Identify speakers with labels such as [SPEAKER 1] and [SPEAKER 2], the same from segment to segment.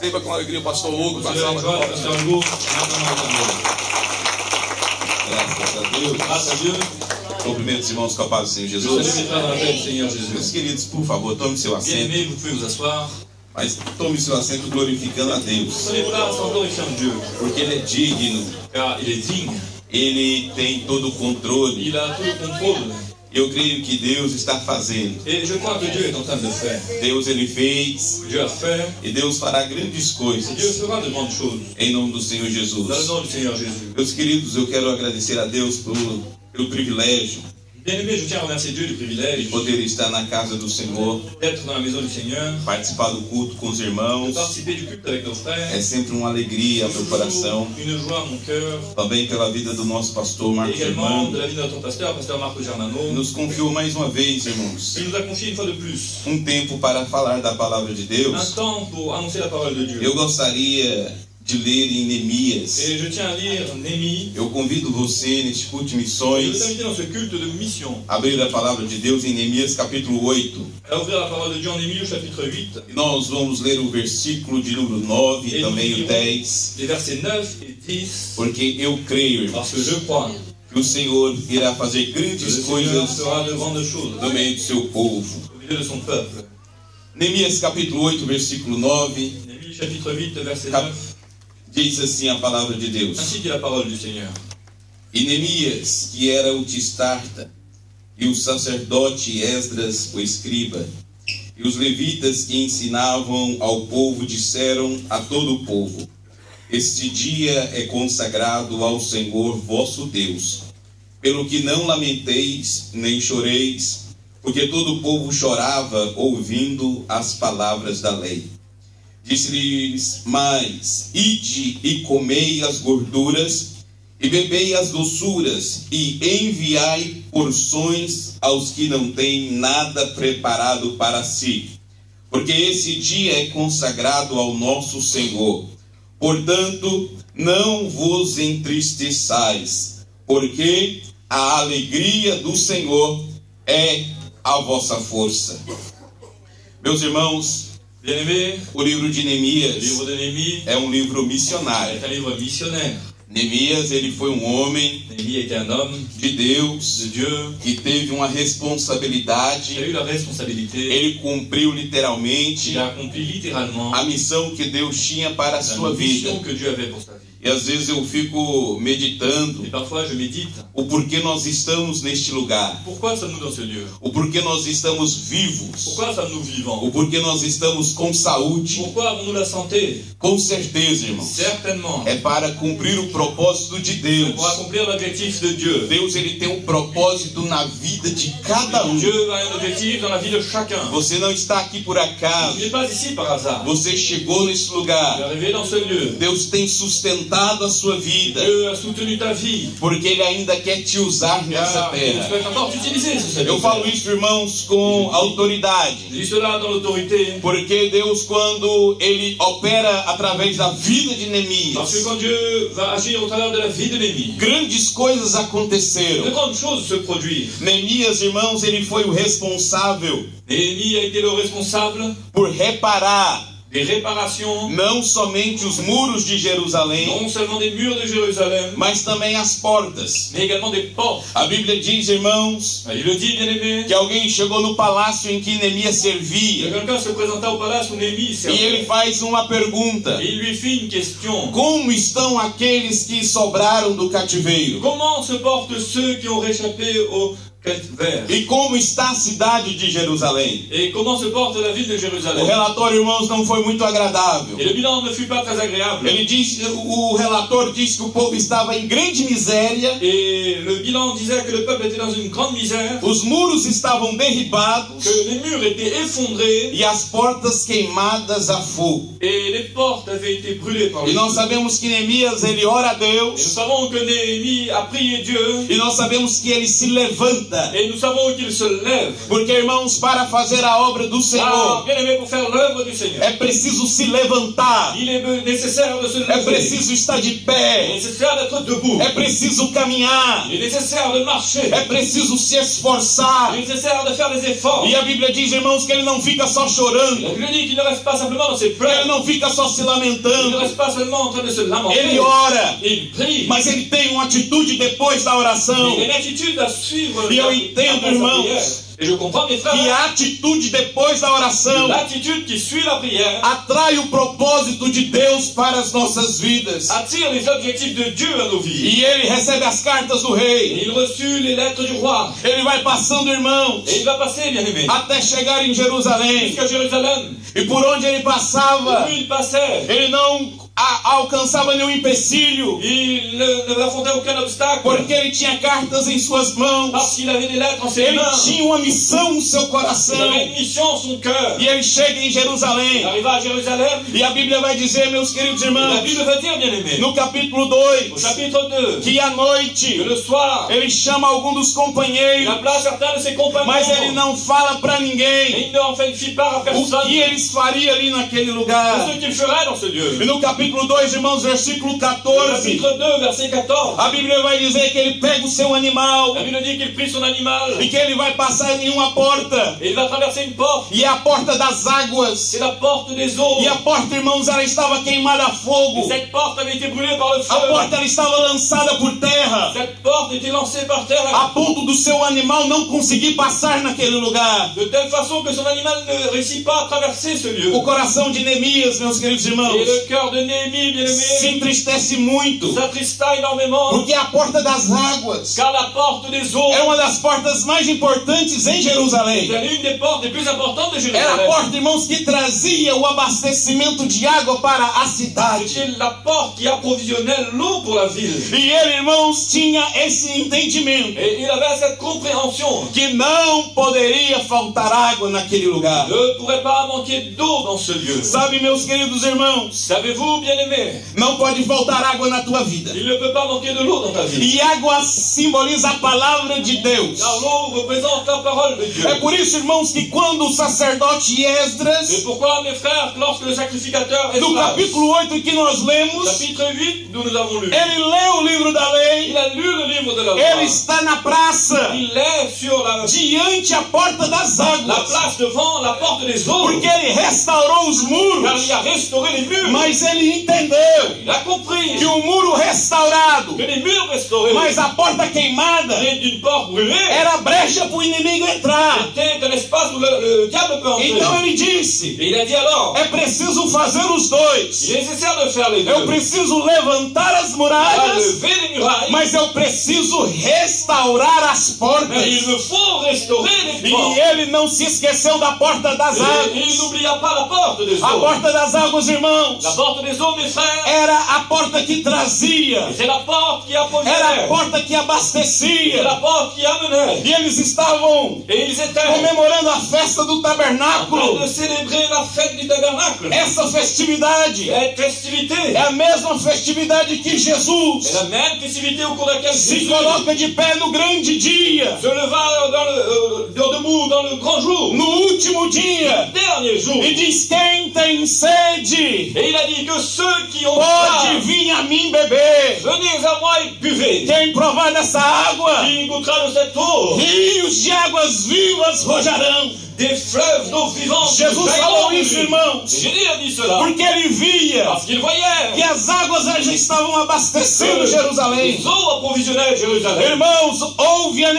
[SPEAKER 1] Receba com alegria o pastor Hugo, com a salva de
[SPEAKER 2] Agora,
[SPEAKER 1] palmas.
[SPEAKER 2] Pastor Hugo, leva nós também.
[SPEAKER 3] Graças a Deus.
[SPEAKER 2] Graças a Deus.
[SPEAKER 3] Cumprimento os irmãos com a paz do Senhor
[SPEAKER 2] Tous
[SPEAKER 3] Jesus.
[SPEAKER 2] les dans la paix du Seigneur Jésus.
[SPEAKER 3] Meus queridos, por favor, tome seu assento.
[SPEAKER 2] Bien-aimés, vous pouvez vous asseoir.
[SPEAKER 3] Mas tome seu assento glorificando a Deus.
[SPEAKER 2] Prenez place en glorifiant Dieu,
[SPEAKER 3] Porque Ele é digno.
[SPEAKER 2] car il est digne.
[SPEAKER 3] Ele tem todo o controle.
[SPEAKER 2] Il a tout le contrôle.
[SPEAKER 3] Eu creio que Deus está fazendo.
[SPEAKER 2] Et je crois que Dieu est en train de faire.
[SPEAKER 3] Deus Ele fez.
[SPEAKER 2] Dieu a fait.
[SPEAKER 3] E Deus fará grandes
[SPEAKER 2] Dieu
[SPEAKER 3] coisas.
[SPEAKER 2] fera de grandes choses.
[SPEAKER 3] Em nome do Senhor
[SPEAKER 2] Dans le
[SPEAKER 3] Jesus.
[SPEAKER 2] nom du Seigneur Jésus.
[SPEAKER 3] Meus queridos, eu quero agradecer a Deus por, pelo privilégio
[SPEAKER 2] Bien-aimés, je tiens à remercier Dieu du privilège
[SPEAKER 3] de poder estar na casa do Senhor,
[SPEAKER 2] d'être dans la maison du Seigneur,
[SPEAKER 3] participar do culto com os
[SPEAKER 2] de
[SPEAKER 3] irmãos.
[SPEAKER 2] participer du culte avec nos frères.
[SPEAKER 3] É sempre uma alegria ao meu coração.
[SPEAKER 2] Toujours Une joie à mon cœur.
[SPEAKER 3] Também pela vida do nosso pastor
[SPEAKER 2] Et
[SPEAKER 3] Marcos
[SPEAKER 2] également de
[SPEAKER 3] Germano.
[SPEAKER 2] la vie de notre pasteur, pasteur Marco
[SPEAKER 3] que
[SPEAKER 2] Germano.
[SPEAKER 3] Nos confiou mais uma vez, irmãos,
[SPEAKER 2] Il nous a confié une fois de plus
[SPEAKER 3] um tempo para falar da palavra de
[SPEAKER 2] un
[SPEAKER 3] Deus.
[SPEAKER 2] temps pour annoncer la parole de Dieu.
[SPEAKER 3] Eu gostaria de ler em Neemias.
[SPEAKER 2] Et je tiens à lire Némi.
[SPEAKER 3] Eu convido você, neste culto de
[SPEAKER 2] Je veux
[SPEAKER 3] missões,
[SPEAKER 2] t'inviter dans ce culte de mission
[SPEAKER 3] a abrir a palavra de Deus em Neemias capítulo 8.
[SPEAKER 2] à ouvrir la parole de Dieu en Némi au chapitre 8,
[SPEAKER 3] E Nós vamos ler o versículo de número 9 e também o 10,
[SPEAKER 2] les versets 9 et 10.
[SPEAKER 3] porque eu creio, irmãos,
[SPEAKER 2] Parce que je crois
[SPEAKER 3] que o Senhor irá fazer
[SPEAKER 2] que le
[SPEAKER 3] grandes
[SPEAKER 2] Seigneur
[SPEAKER 3] coisas
[SPEAKER 2] fera de grandes choses
[SPEAKER 3] no meio do seu povo.
[SPEAKER 2] au milieu de son peuple.
[SPEAKER 3] Neemias capítulo 8, versículo 9,
[SPEAKER 2] Némi chapitre 8, verset
[SPEAKER 3] Cap-
[SPEAKER 2] 9,
[SPEAKER 3] diz assim a palavra de Deus.
[SPEAKER 2] ainsi que la parole du Seigneur.
[SPEAKER 3] E Neemias, que era o tistarta, e o sacerdote Esdras, o escriba, e os levitas que ensinavam ao povo disseram a todo o povo: Este dia é consagrado ao Senhor vosso Deus. Pelo que não lamenteis nem choreis, porque todo o povo chorava ouvindo as palavras da lei. Disse-lhes mais: Ide e comei as gorduras, e bebei as doçuras, e enviai porções aos que não têm nada preparado para si. Porque esse dia é consagrado ao nosso Senhor. Portanto, não vos entristeçais, porque a alegria do Senhor é a vossa força. Meus irmãos,
[SPEAKER 2] Bien-aimés,
[SPEAKER 3] o livro de
[SPEAKER 2] le
[SPEAKER 3] Neemias
[SPEAKER 2] livre de Némi
[SPEAKER 3] é um livro missionário.
[SPEAKER 2] est un livre missionnaire.
[SPEAKER 3] Neemias, ele foi um homem
[SPEAKER 2] Némi était un homme
[SPEAKER 3] de Deus
[SPEAKER 2] de Dieu
[SPEAKER 3] que teve uma
[SPEAKER 2] qui a
[SPEAKER 3] responsabilidade.
[SPEAKER 2] eu la responsabilité,
[SPEAKER 3] Ele cumpriu
[SPEAKER 2] il
[SPEAKER 3] literalmente
[SPEAKER 2] a accompli littéralement
[SPEAKER 3] a missão que Deus tinha para a
[SPEAKER 2] la
[SPEAKER 3] sua vida.
[SPEAKER 2] mission que Dieu avait pour sa vie.
[SPEAKER 3] E às vezes eu fico meditando
[SPEAKER 2] Et parfois, je médite
[SPEAKER 3] o porquê nós estamos neste lugar,
[SPEAKER 2] Pourquoi sommes-nous dans ce lieu
[SPEAKER 3] o porquê nós estamos vivos,
[SPEAKER 2] Pourquoi sommes-nous vivants
[SPEAKER 3] o porquê nós estamos com saúde.
[SPEAKER 2] Pourquoi avons-nous la santé
[SPEAKER 3] Com certeza, irmãos,
[SPEAKER 2] Certainement.
[SPEAKER 3] é para cumprir o propósito de
[SPEAKER 2] Pour
[SPEAKER 3] Deus.
[SPEAKER 2] accomplir l'objectif de Dieu.
[SPEAKER 3] Deus ele tem um propósito na vida de cada um.
[SPEAKER 2] Dieu a un objectif dans la vie de chacun.
[SPEAKER 3] Você não está aqui por
[SPEAKER 2] Tu
[SPEAKER 3] acaso.
[SPEAKER 2] n'es pas ici par hasard.
[SPEAKER 3] Você chegou nesse
[SPEAKER 2] Tu es
[SPEAKER 3] lugar.
[SPEAKER 2] arrivé dans ce lieu.
[SPEAKER 3] Deus tem sustentado a sua vida,
[SPEAKER 2] Dieu a soutenu ta vie.
[SPEAKER 3] porque ele ainda quer te usar nessa
[SPEAKER 2] Car il
[SPEAKER 3] terra.
[SPEAKER 2] souhaite encore t'utiliser sur cette
[SPEAKER 3] Eu falo
[SPEAKER 2] terre.
[SPEAKER 3] isso, irmãos, com autoridade.
[SPEAKER 2] Je dis cela dans l'autorité.
[SPEAKER 3] Porque Deus, quando ele opera através da vida de
[SPEAKER 2] Parce que
[SPEAKER 3] Neemias,
[SPEAKER 2] quand Dieu va agir au travers de la vie de Némi,
[SPEAKER 3] grandes coisas
[SPEAKER 2] de
[SPEAKER 3] aconteceram.
[SPEAKER 2] grandes choses se produisent.
[SPEAKER 3] Neemias, irmãos, ele foi o responsável
[SPEAKER 2] Némi a été le responsable
[SPEAKER 3] por reparar
[SPEAKER 2] des réparations,
[SPEAKER 3] não somente os muros de Jerusalém,
[SPEAKER 2] non seulement des murs de Jérusalem,
[SPEAKER 3] mas também as portas.
[SPEAKER 2] mais également des portes.
[SPEAKER 3] A Bíblia diz, irmãos,
[SPEAKER 2] Ah, Il le dit, bien aimé.
[SPEAKER 3] que alguém chegou no palácio em que Neemias
[SPEAKER 2] Et
[SPEAKER 3] servia
[SPEAKER 2] Quelqu'un se présenta au palace où Némi
[SPEAKER 3] e ele faz uma pergunta:
[SPEAKER 2] Et il lui fit une question.
[SPEAKER 3] Como estão aqueles que sobraram do cativeiro?
[SPEAKER 2] Comment se portent ceux qui ont réchappé au calvaire
[SPEAKER 3] E como está a cidade de Jerusalém?
[SPEAKER 2] Et comment se porte la ville de
[SPEAKER 3] O
[SPEAKER 2] Jérusalem
[SPEAKER 3] relatório, irmãos, não foi muito agradável.
[SPEAKER 2] Et le bilan ne fut pas très agréable.
[SPEAKER 3] Ele diz, o relator diz que o povo estava em grande miséria,
[SPEAKER 2] Et le bilan disait que le peuple était dans une grande misère,
[SPEAKER 3] os muros estavam derribados
[SPEAKER 2] que les murs étaient effondrés
[SPEAKER 3] e as portas queimadas a fogo.
[SPEAKER 2] et les portes avaient été brûlées par
[SPEAKER 3] E
[SPEAKER 2] le feu.
[SPEAKER 3] nós sabemos que Neemias ele ora a
[SPEAKER 2] Et nous
[SPEAKER 3] Deus.
[SPEAKER 2] savons que Néhémie a prié Dieu
[SPEAKER 3] E nós sabemos que ele se levanta.
[SPEAKER 2] Et nous savons qu'il se lève.
[SPEAKER 3] Porque, irmãos, para fazer a obra do
[SPEAKER 2] Ah,
[SPEAKER 3] Senhor,
[SPEAKER 2] bien aimé, pour faire l'œuvre du Seigneur,
[SPEAKER 3] é preciso se levantar,
[SPEAKER 2] il est nécessaire de se
[SPEAKER 3] é
[SPEAKER 2] lever.
[SPEAKER 3] preciso estar de
[SPEAKER 2] Il est
[SPEAKER 3] pé,
[SPEAKER 2] nécessaire d'être debout.
[SPEAKER 3] é preciso caminhar,
[SPEAKER 2] Il est nécessaire de marcher.
[SPEAKER 3] é preciso se esforçar.
[SPEAKER 2] Il est nécessaire de faire des efforts.
[SPEAKER 3] E a Bíblia diz, irmãos, que ele não fica só
[SPEAKER 2] La
[SPEAKER 3] chorando,
[SPEAKER 2] Bible dit qu'il ne reste pas simplement dans ses
[SPEAKER 3] ele
[SPEAKER 2] pleurs.
[SPEAKER 3] não fica só se
[SPEAKER 2] Il ne
[SPEAKER 3] lamentando,
[SPEAKER 2] reste pas seulement en train de se
[SPEAKER 3] ele
[SPEAKER 2] lamenter.
[SPEAKER 3] ora,
[SPEAKER 2] Il prie.
[SPEAKER 3] mas ele tem uma atitude depois da
[SPEAKER 2] Il
[SPEAKER 3] oração.
[SPEAKER 2] y a une attitude à suivre.
[SPEAKER 3] Et
[SPEAKER 2] la-
[SPEAKER 3] on entend,
[SPEAKER 2] après sa
[SPEAKER 3] hermanos.
[SPEAKER 2] prière. Et je comprends mes
[SPEAKER 3] Que
[SPEAKER 2] frères.
[SPEAKER 3] a atitude depois da oração
[SPEAKER 2] L'attitude qui suit la prière
[SPEAKER 3] atrai o propósito de Deus para as nossas vidas.
[SPEAKER 2] attire les objectifs de Dieu à nos vies.
[SPEAKER 3] E ele recebe as cartas do rei.
[SPEAKER 2] Et il reçut les lettres du roi.
[SPEAKER 3] Ele vai passando, irmãos,
[SPEAKER 2] Et il va passer, bien aimé,
[SPEAKER 3] até chegar em Jerusalém.
[SPEAKER 2] jusqu'à Jérusalem.
[SPEAKER 3] E por onde ele
[SPEAKER 2] Où
[SPEAKER 3] passava,
[SPEAKER 2] il passait.
[SPEAKER 3] ele não a- alcançava nenhum empecilho,
[SPEAKER 2] Il ne, ne affrontait aucun obstacle.
[SPEAKER 3] porque ele tinha cartas em suas mãos.
[SPEAKER 2] Parce qu'il avait des lettres en ses
[SPEAKER 3] Ele
[SPEAKER 2] mains.
[SPEAKER 3] tinha uma missão no seu
[SPEAKER 2] Il
[SPEAKER 3] coração.
[SPEAKER 2] avait une mission en son cœur.
[SPEAKER 3] E ele chega em
[SPEAKER 2] Il
[SPEAKER 3] Jerusalém.
[SPEAKER 2] arriva à Jérusalem.
[SPEAKER 3] E a Bíblia vai dizer, meus queridos
[SPEAKER 2] La
[SPEAKER 3] irmãos,
[SPEAKER 2] Bible va dire, bien aimé,
[SPEAKER 3] no capítulo
[SPEAKER 2] au
[SPEAKER 3] 2,
[SPEAKER 2] chapitre 2,
[SPEAKER 3] que à
[SPEAKER 2] que
[SPEAKER 3] noite
[SPEAKER 2] le soir,
[SPEAKER 3] Ele chama algum dos
[SPEAKER 2] il
[SPEAKER 3] companheiros,
[SPEAKER 2] appela certains de ses compagnons,
[SPEAKER 3] mas ele não fala para
[SPEAKER 2] et
[SPEAKER 3] ninguém
[SPEAKER 2] il ne en fait une fit part à
[SPEAKER 3] o
[SPEAKER 2] personne
[SPEAKER 3] que
[SPEAKER 2] de
[SPEAKER 3] eles fariam ali naquele lugar.
[SPEAKER 2] ce qu'il fera dans ce lieu.
[SPEAKER 3] E no capítulo 2, irmãos, versículo
[SPEAKER 2] Au
[SPEAKER 3] 14,
[SPEAKER 2] chapitre 2, verset 14,
[SPEAKER 3] a Bíblia vai dizer que ele pega o seu animal
[SPEAKER 2] la Bible dit qu'il prit son animal,
[SPEAKER 3] e que ele vai passar em uma porta,
[SPEAKER 2] et il va traverser une porte,
[SPEAKER 3] e é a porta das águas.
[SPEAKER 2] c'est la porte des eaux,
[SPEAKER 3] E a porta, irmãos, ela estava queimada a
[SPEAKER 2] et
[SPEAKER 3] fogo,
[SPEAKER 2] cette porte avait été brûlée par le
[SPEAKER 3] a
[SPEAKER 2] feu,
[SPEAKER 3] porta ela estava lançada por terra,
[SPEAKER 2] cette porte était lancée par
[SPEAKER 3] a
[SPEAKER 2] terre,
[SPEAKER 3] ponto do seu animal não conseguir passar naquele lugar.
[SPEAKER 2] de telle façon que son animal ne réussit pas à traverser ce lieu.
[SPEAKER 3] O coração de Neemias, meus queridos
[SPEAKER 2] Et
[SPEAKER 3] irmãos,
[SPEAKER 2] le cœur de Néhémie, bien
[SPEAKER 3] se
[SPEAKER 2] aimé,
[SPEAKER 3] entristece muito.
[SPEAKER 2] s'attrista énormément,
[SPEAKER 3] Porque a porta das águas
[SPEAKER 2] car la porte des eaux
[SPEAKER 3] é uma das portas mais importantes em Jerusalém.
[SPEAKER 2] C'est l'une des portes les plus importantes de
[SPEAKER 3] Era a
[SPEAKER 2] Jérusalem.
[SPEAKER 3] porta, irmãos, que trazia o abastecimento de água para a cidade.
[SPEAKER 2] C'était la porte qui approvisionnait l'eau pour la ville.
[SPEAKER 3] E ele, irmãos, tinha esse entendimento
[SPEAKER 2] Et il avait cette compréhension.
[SPEAKER 3] que não poderia faltar água naquele lugar.
[SPEAKER 2] Ne pourrait pas manquer d'eau dans ce lieu.
[SPEAKER 3] Sabe, meus queridos irmãos,
[SPEAKER 2] Savez-vous, bien-aimé,
[SPEAKER 3] não pode faltar água na tua vida.
[SPEAKER 2] il ne peut pas manquer de l'eau dans ta vie.
[SPEAKER 3] E água simboliza a palavra de Deus.
[SPEAKER 2] Car l'eau représente la parole de Dieu.
[SPEAKER 3] É por isso, irmãos, que quando o sacerdote
[SPEAKER 2] C'est
[SPEAKER 3] Esdras,
[SPEAKER 2] pourquoi, mes frères, lorsque le sacrificateur est
[SPEAKER 3] no
[SPEAKER 2] là,
[SPEAKER 3] capítulo 8 que nós lemos,
[SPEAKER 2] chapitre 8, nous nous avons lu.
[SPEAKER 3] Ele lê o livro da
[SPEAKER 2] Il
[SPEAKER 3] lei,
[SPEAKER 2] a lu le livre de la
[SPEAKER 3] ele
[SPEAKER 2] loi.
[SPEAKER 3] está na praça,
[SPEAKER 2] Il est sur la,
[SPEAKER 3] diante à porta das
[SPEAKER 2] la
[SPEAKER 3] águas,
[SPEAKER 2] place devant la porte des eaux.
[SPEAKER 3] porque ele restaurou os
[SPEAKER 2] Car
[SPEAKER 3] muros,
[SPEAKER 2] il a restauré les murs.
[SPEAKER 3] mas ele entendeu
[SPEAKER 2] Il a compris
[SPEAKER 3] que o muro restaurado,
[SPEAKER 2] que les murs restaurés
[SPEAKER 3] mas a porta queimada,
[SPEAKER 2] Et d'une porte brûlée,
[SPEAKER 3] era a brecha para o inimigo entrar.
[SPEAKER 2] était un espace où le, le diable peut entrer.
[SPEAKER 3] Então ele disse:
[SPEAKER 2] Et il a dit alors,
[SPEAKER 3] é preciso fazer os
[SPEAKER 2] il
[SPEAKER 3] dois.
[SPEAKER 2] est nécessaire de faire les deux.
[SPEAKER 3] Eu preciso levantar as
[SPEAKER 2] Pas
[SPEAKER 3] muralhas,
[SPEAKER 2] lever les murailles,
[SPEAKER 3] mas eu preciso restaurar as
[SPEAKER 2] mais
[SPEAKER 3] portas.
[SPEAKER 2] il me faut restaurer les portes.
[SPEAKER 3] E ele não se esqueceu da porta das
[SPEAKER 2] Et il
[SPEAKER 3] águas.
[SPEAKER 2] n'oublia pas la porte des
[SPEAKER 3] A
[SPEAKER 2] eaux.
[SPEAKER 3] porta das águas, irmãos,
[SPEAKER 2] La porte des eaux, mes frères,
[SPEAKER 3] era a porta que trazia,
[SPEAKER 2] c'est la porte qui
[SPEAKER 3] era a
[SPEAKER 2] approvisionnait.
[SPEAKER 3] porta que
[SPEAKER 2] C'est
[SPEAKER 3] abastecia.
[SPEAKER 2] la porte qui amenait.
[SPEAKER 3] E eles estavam
[SPEAKER 2] Et ils étaient en
[SPEAKER 3] comemorando a festa do
[SPEAKER 2] train de
[SPEAKER 3] tabernáculo.
[SPEAKER 2] célébrer la fête du tabernacle.
[SPEAKER 3] Essa festividade
[SPEAKER 2] Cette festivité
[SPEAKER 3] é
[SPEAKER 2] est
[SPEAKER 3] a mesma festividade que Jesus
[SPEAKER 2] la même festivité au cours de laquelle
[SPEAKER 3] se
[SPEAKER 2] Jésus
[SPEAKER 3] coloca de pé no grande dia,
[SPEAKER 2] se leva dans le, euh, debout dans le grand jour,
[SPEAKER 3] no último dia,
[SPEAKER 2] dernier jour.
[SPEAKER 3] e diz: Quem tem sede,
[SPEAKER 2] Et il a dit que ceux qui
[SPEAKER 3] Oh,
[SPEAKER 2] ont
[SPEAKER 3] pode
[SPEAKER 2] faim,
[SPEAKER 3] vir a mim beber.
[SPEAKER 2] venez à moi et buvez.
[SPEAKER 3] Quem provar dessa água,
[SPEAKER 2] Qui goûtera de cette eau,
[SPEAKER 3] rios de águas vivas rojarão.
[SPEAKER 2] des fleuves d'eau vivante.
[SPEAKER 3] Jesus falou isso, irmãos,
[SPEAKER 2] Jésus a dit cela
[SPEAKER 3] porque ele via
[SPEAKER 2] parce qu'il
[SPEAKER 3] que
[SPEAKER 2] voyait
[SPEAKER 3] as águas já estavam abastecendo
[SPEAKER 2] les
[SPEAKER 3] Jerusalém.
[SPEAKER 2] eaux approvisionnaient Jérusalem.
[SPEAKER 3] Irmãos, houve a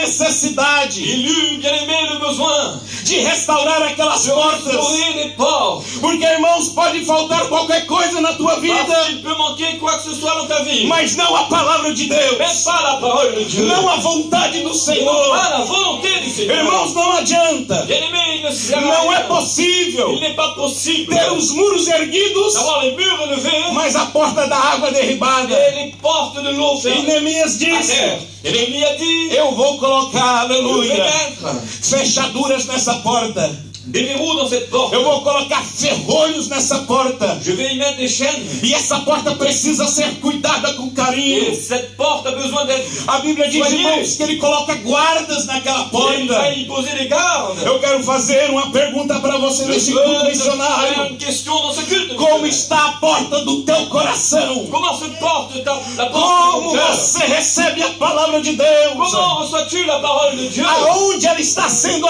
[SPEAKER 3] necessidade
[SPEAKER 2] Il eut bien aimé le besoin
[SPEAKER 3] de restaurar aquelas
[SPEAKER 2] de
[SPEAKER 3] portas,
[SPEAKER 2] restaurer les ports.
[SPEAKER 3] porque irmãos, pode faltar qualquer coisa na tua
[SPEAKER 2] Parce
[SPEAKER 3] vida,
[SPEAKER 2] qu'il peut manquer quoi que ce soit dans ta vie.
[SPEAKER 3] mas não a palavra de
[SPEAKER 2] Même
[SPEAKER 3] Deus,
[SPEAKER 2] pas la parole de Dieu.
[SPEAKER 3] não a vontade do
[SPEAKER 2] Et non
[SPEAKER 3] Senhor.
[SPEAKER 2] pas la volonté du Seigneur.
[SPEAKER 3] Irmãos, não adianta,
[SPEAKER 2] Bien aimé, il ne sert à
[SPEAKER 3] não é
[SPEAKER 2] rien. Il
[SPEAKER 3] possível
[SPEAKER 2] n'est pas possible
[SPEAKER 3] ter os muros erguidos,
[SPEAKER 2] d'avoir les murs relevés
[SPEAKER 3] mas a porta da água derribada.
[SPEAKER 2] et les portes de l'eau
[SPEAKER 3] E
[SPEAKER 2] fermées. Ah,
[SPEAKER 3] Neemias disse:
[SPEAKER 2] Et Jérémie a dit,
[SPEAKER 3] Eu vou colocar,
[SPEAKER 2] je vais
[SPEAKER 3] aleluia,
[SPEAKER 2] mettre
[SPEAKER 3] fechaduras nessa porta.
[SPEAKER 2] des verrous dans cette porte.
[SPEAKER 3] Eu vou colocar ferrolhos nessa porta.
[SPEAKER 2] Je vais y mettre des chaînes.
[SPEAKER 3] E essa porta precisa ser cuidada com
[SPEAKER 2] Et Ah,
[SPEAKER 3] carinho.
[SPEAKER 2] cette porte a besoin d'être.
[SPEAKER 3] A Bíblia diz, irmãos, que ele coloca guardas naquela
[SPEAKER 2] Il va
[SPEAKER 3] porta.
[SPEAKER 2] y poser des gardes.
[SPEAKER 3] Eu quero fazer uma pergunta para você
[SPEAKER 2] Je
[SPEAKER 3] nesse
[SPEAKER 2] veux
[SPEAKER 3] culto
[SPEAKER 2] te faire
[SPEAKER 3] missionário.
[SPEAKER 2] une question dans ce culte.
[SPEAKER 3] Como está a porta do teu coração?
[SPEAKER 2] Comment se porte ta, la porte de
[SPEAKER 3] Como
[SPEAKER 2] ton cœur
[SPEAKER 3] você recebe a palavra de Deus?
[SPEAKER 2] Comment reçois-tu la parole de Dieu
[SPEAKER 3] Aonde ela está sendo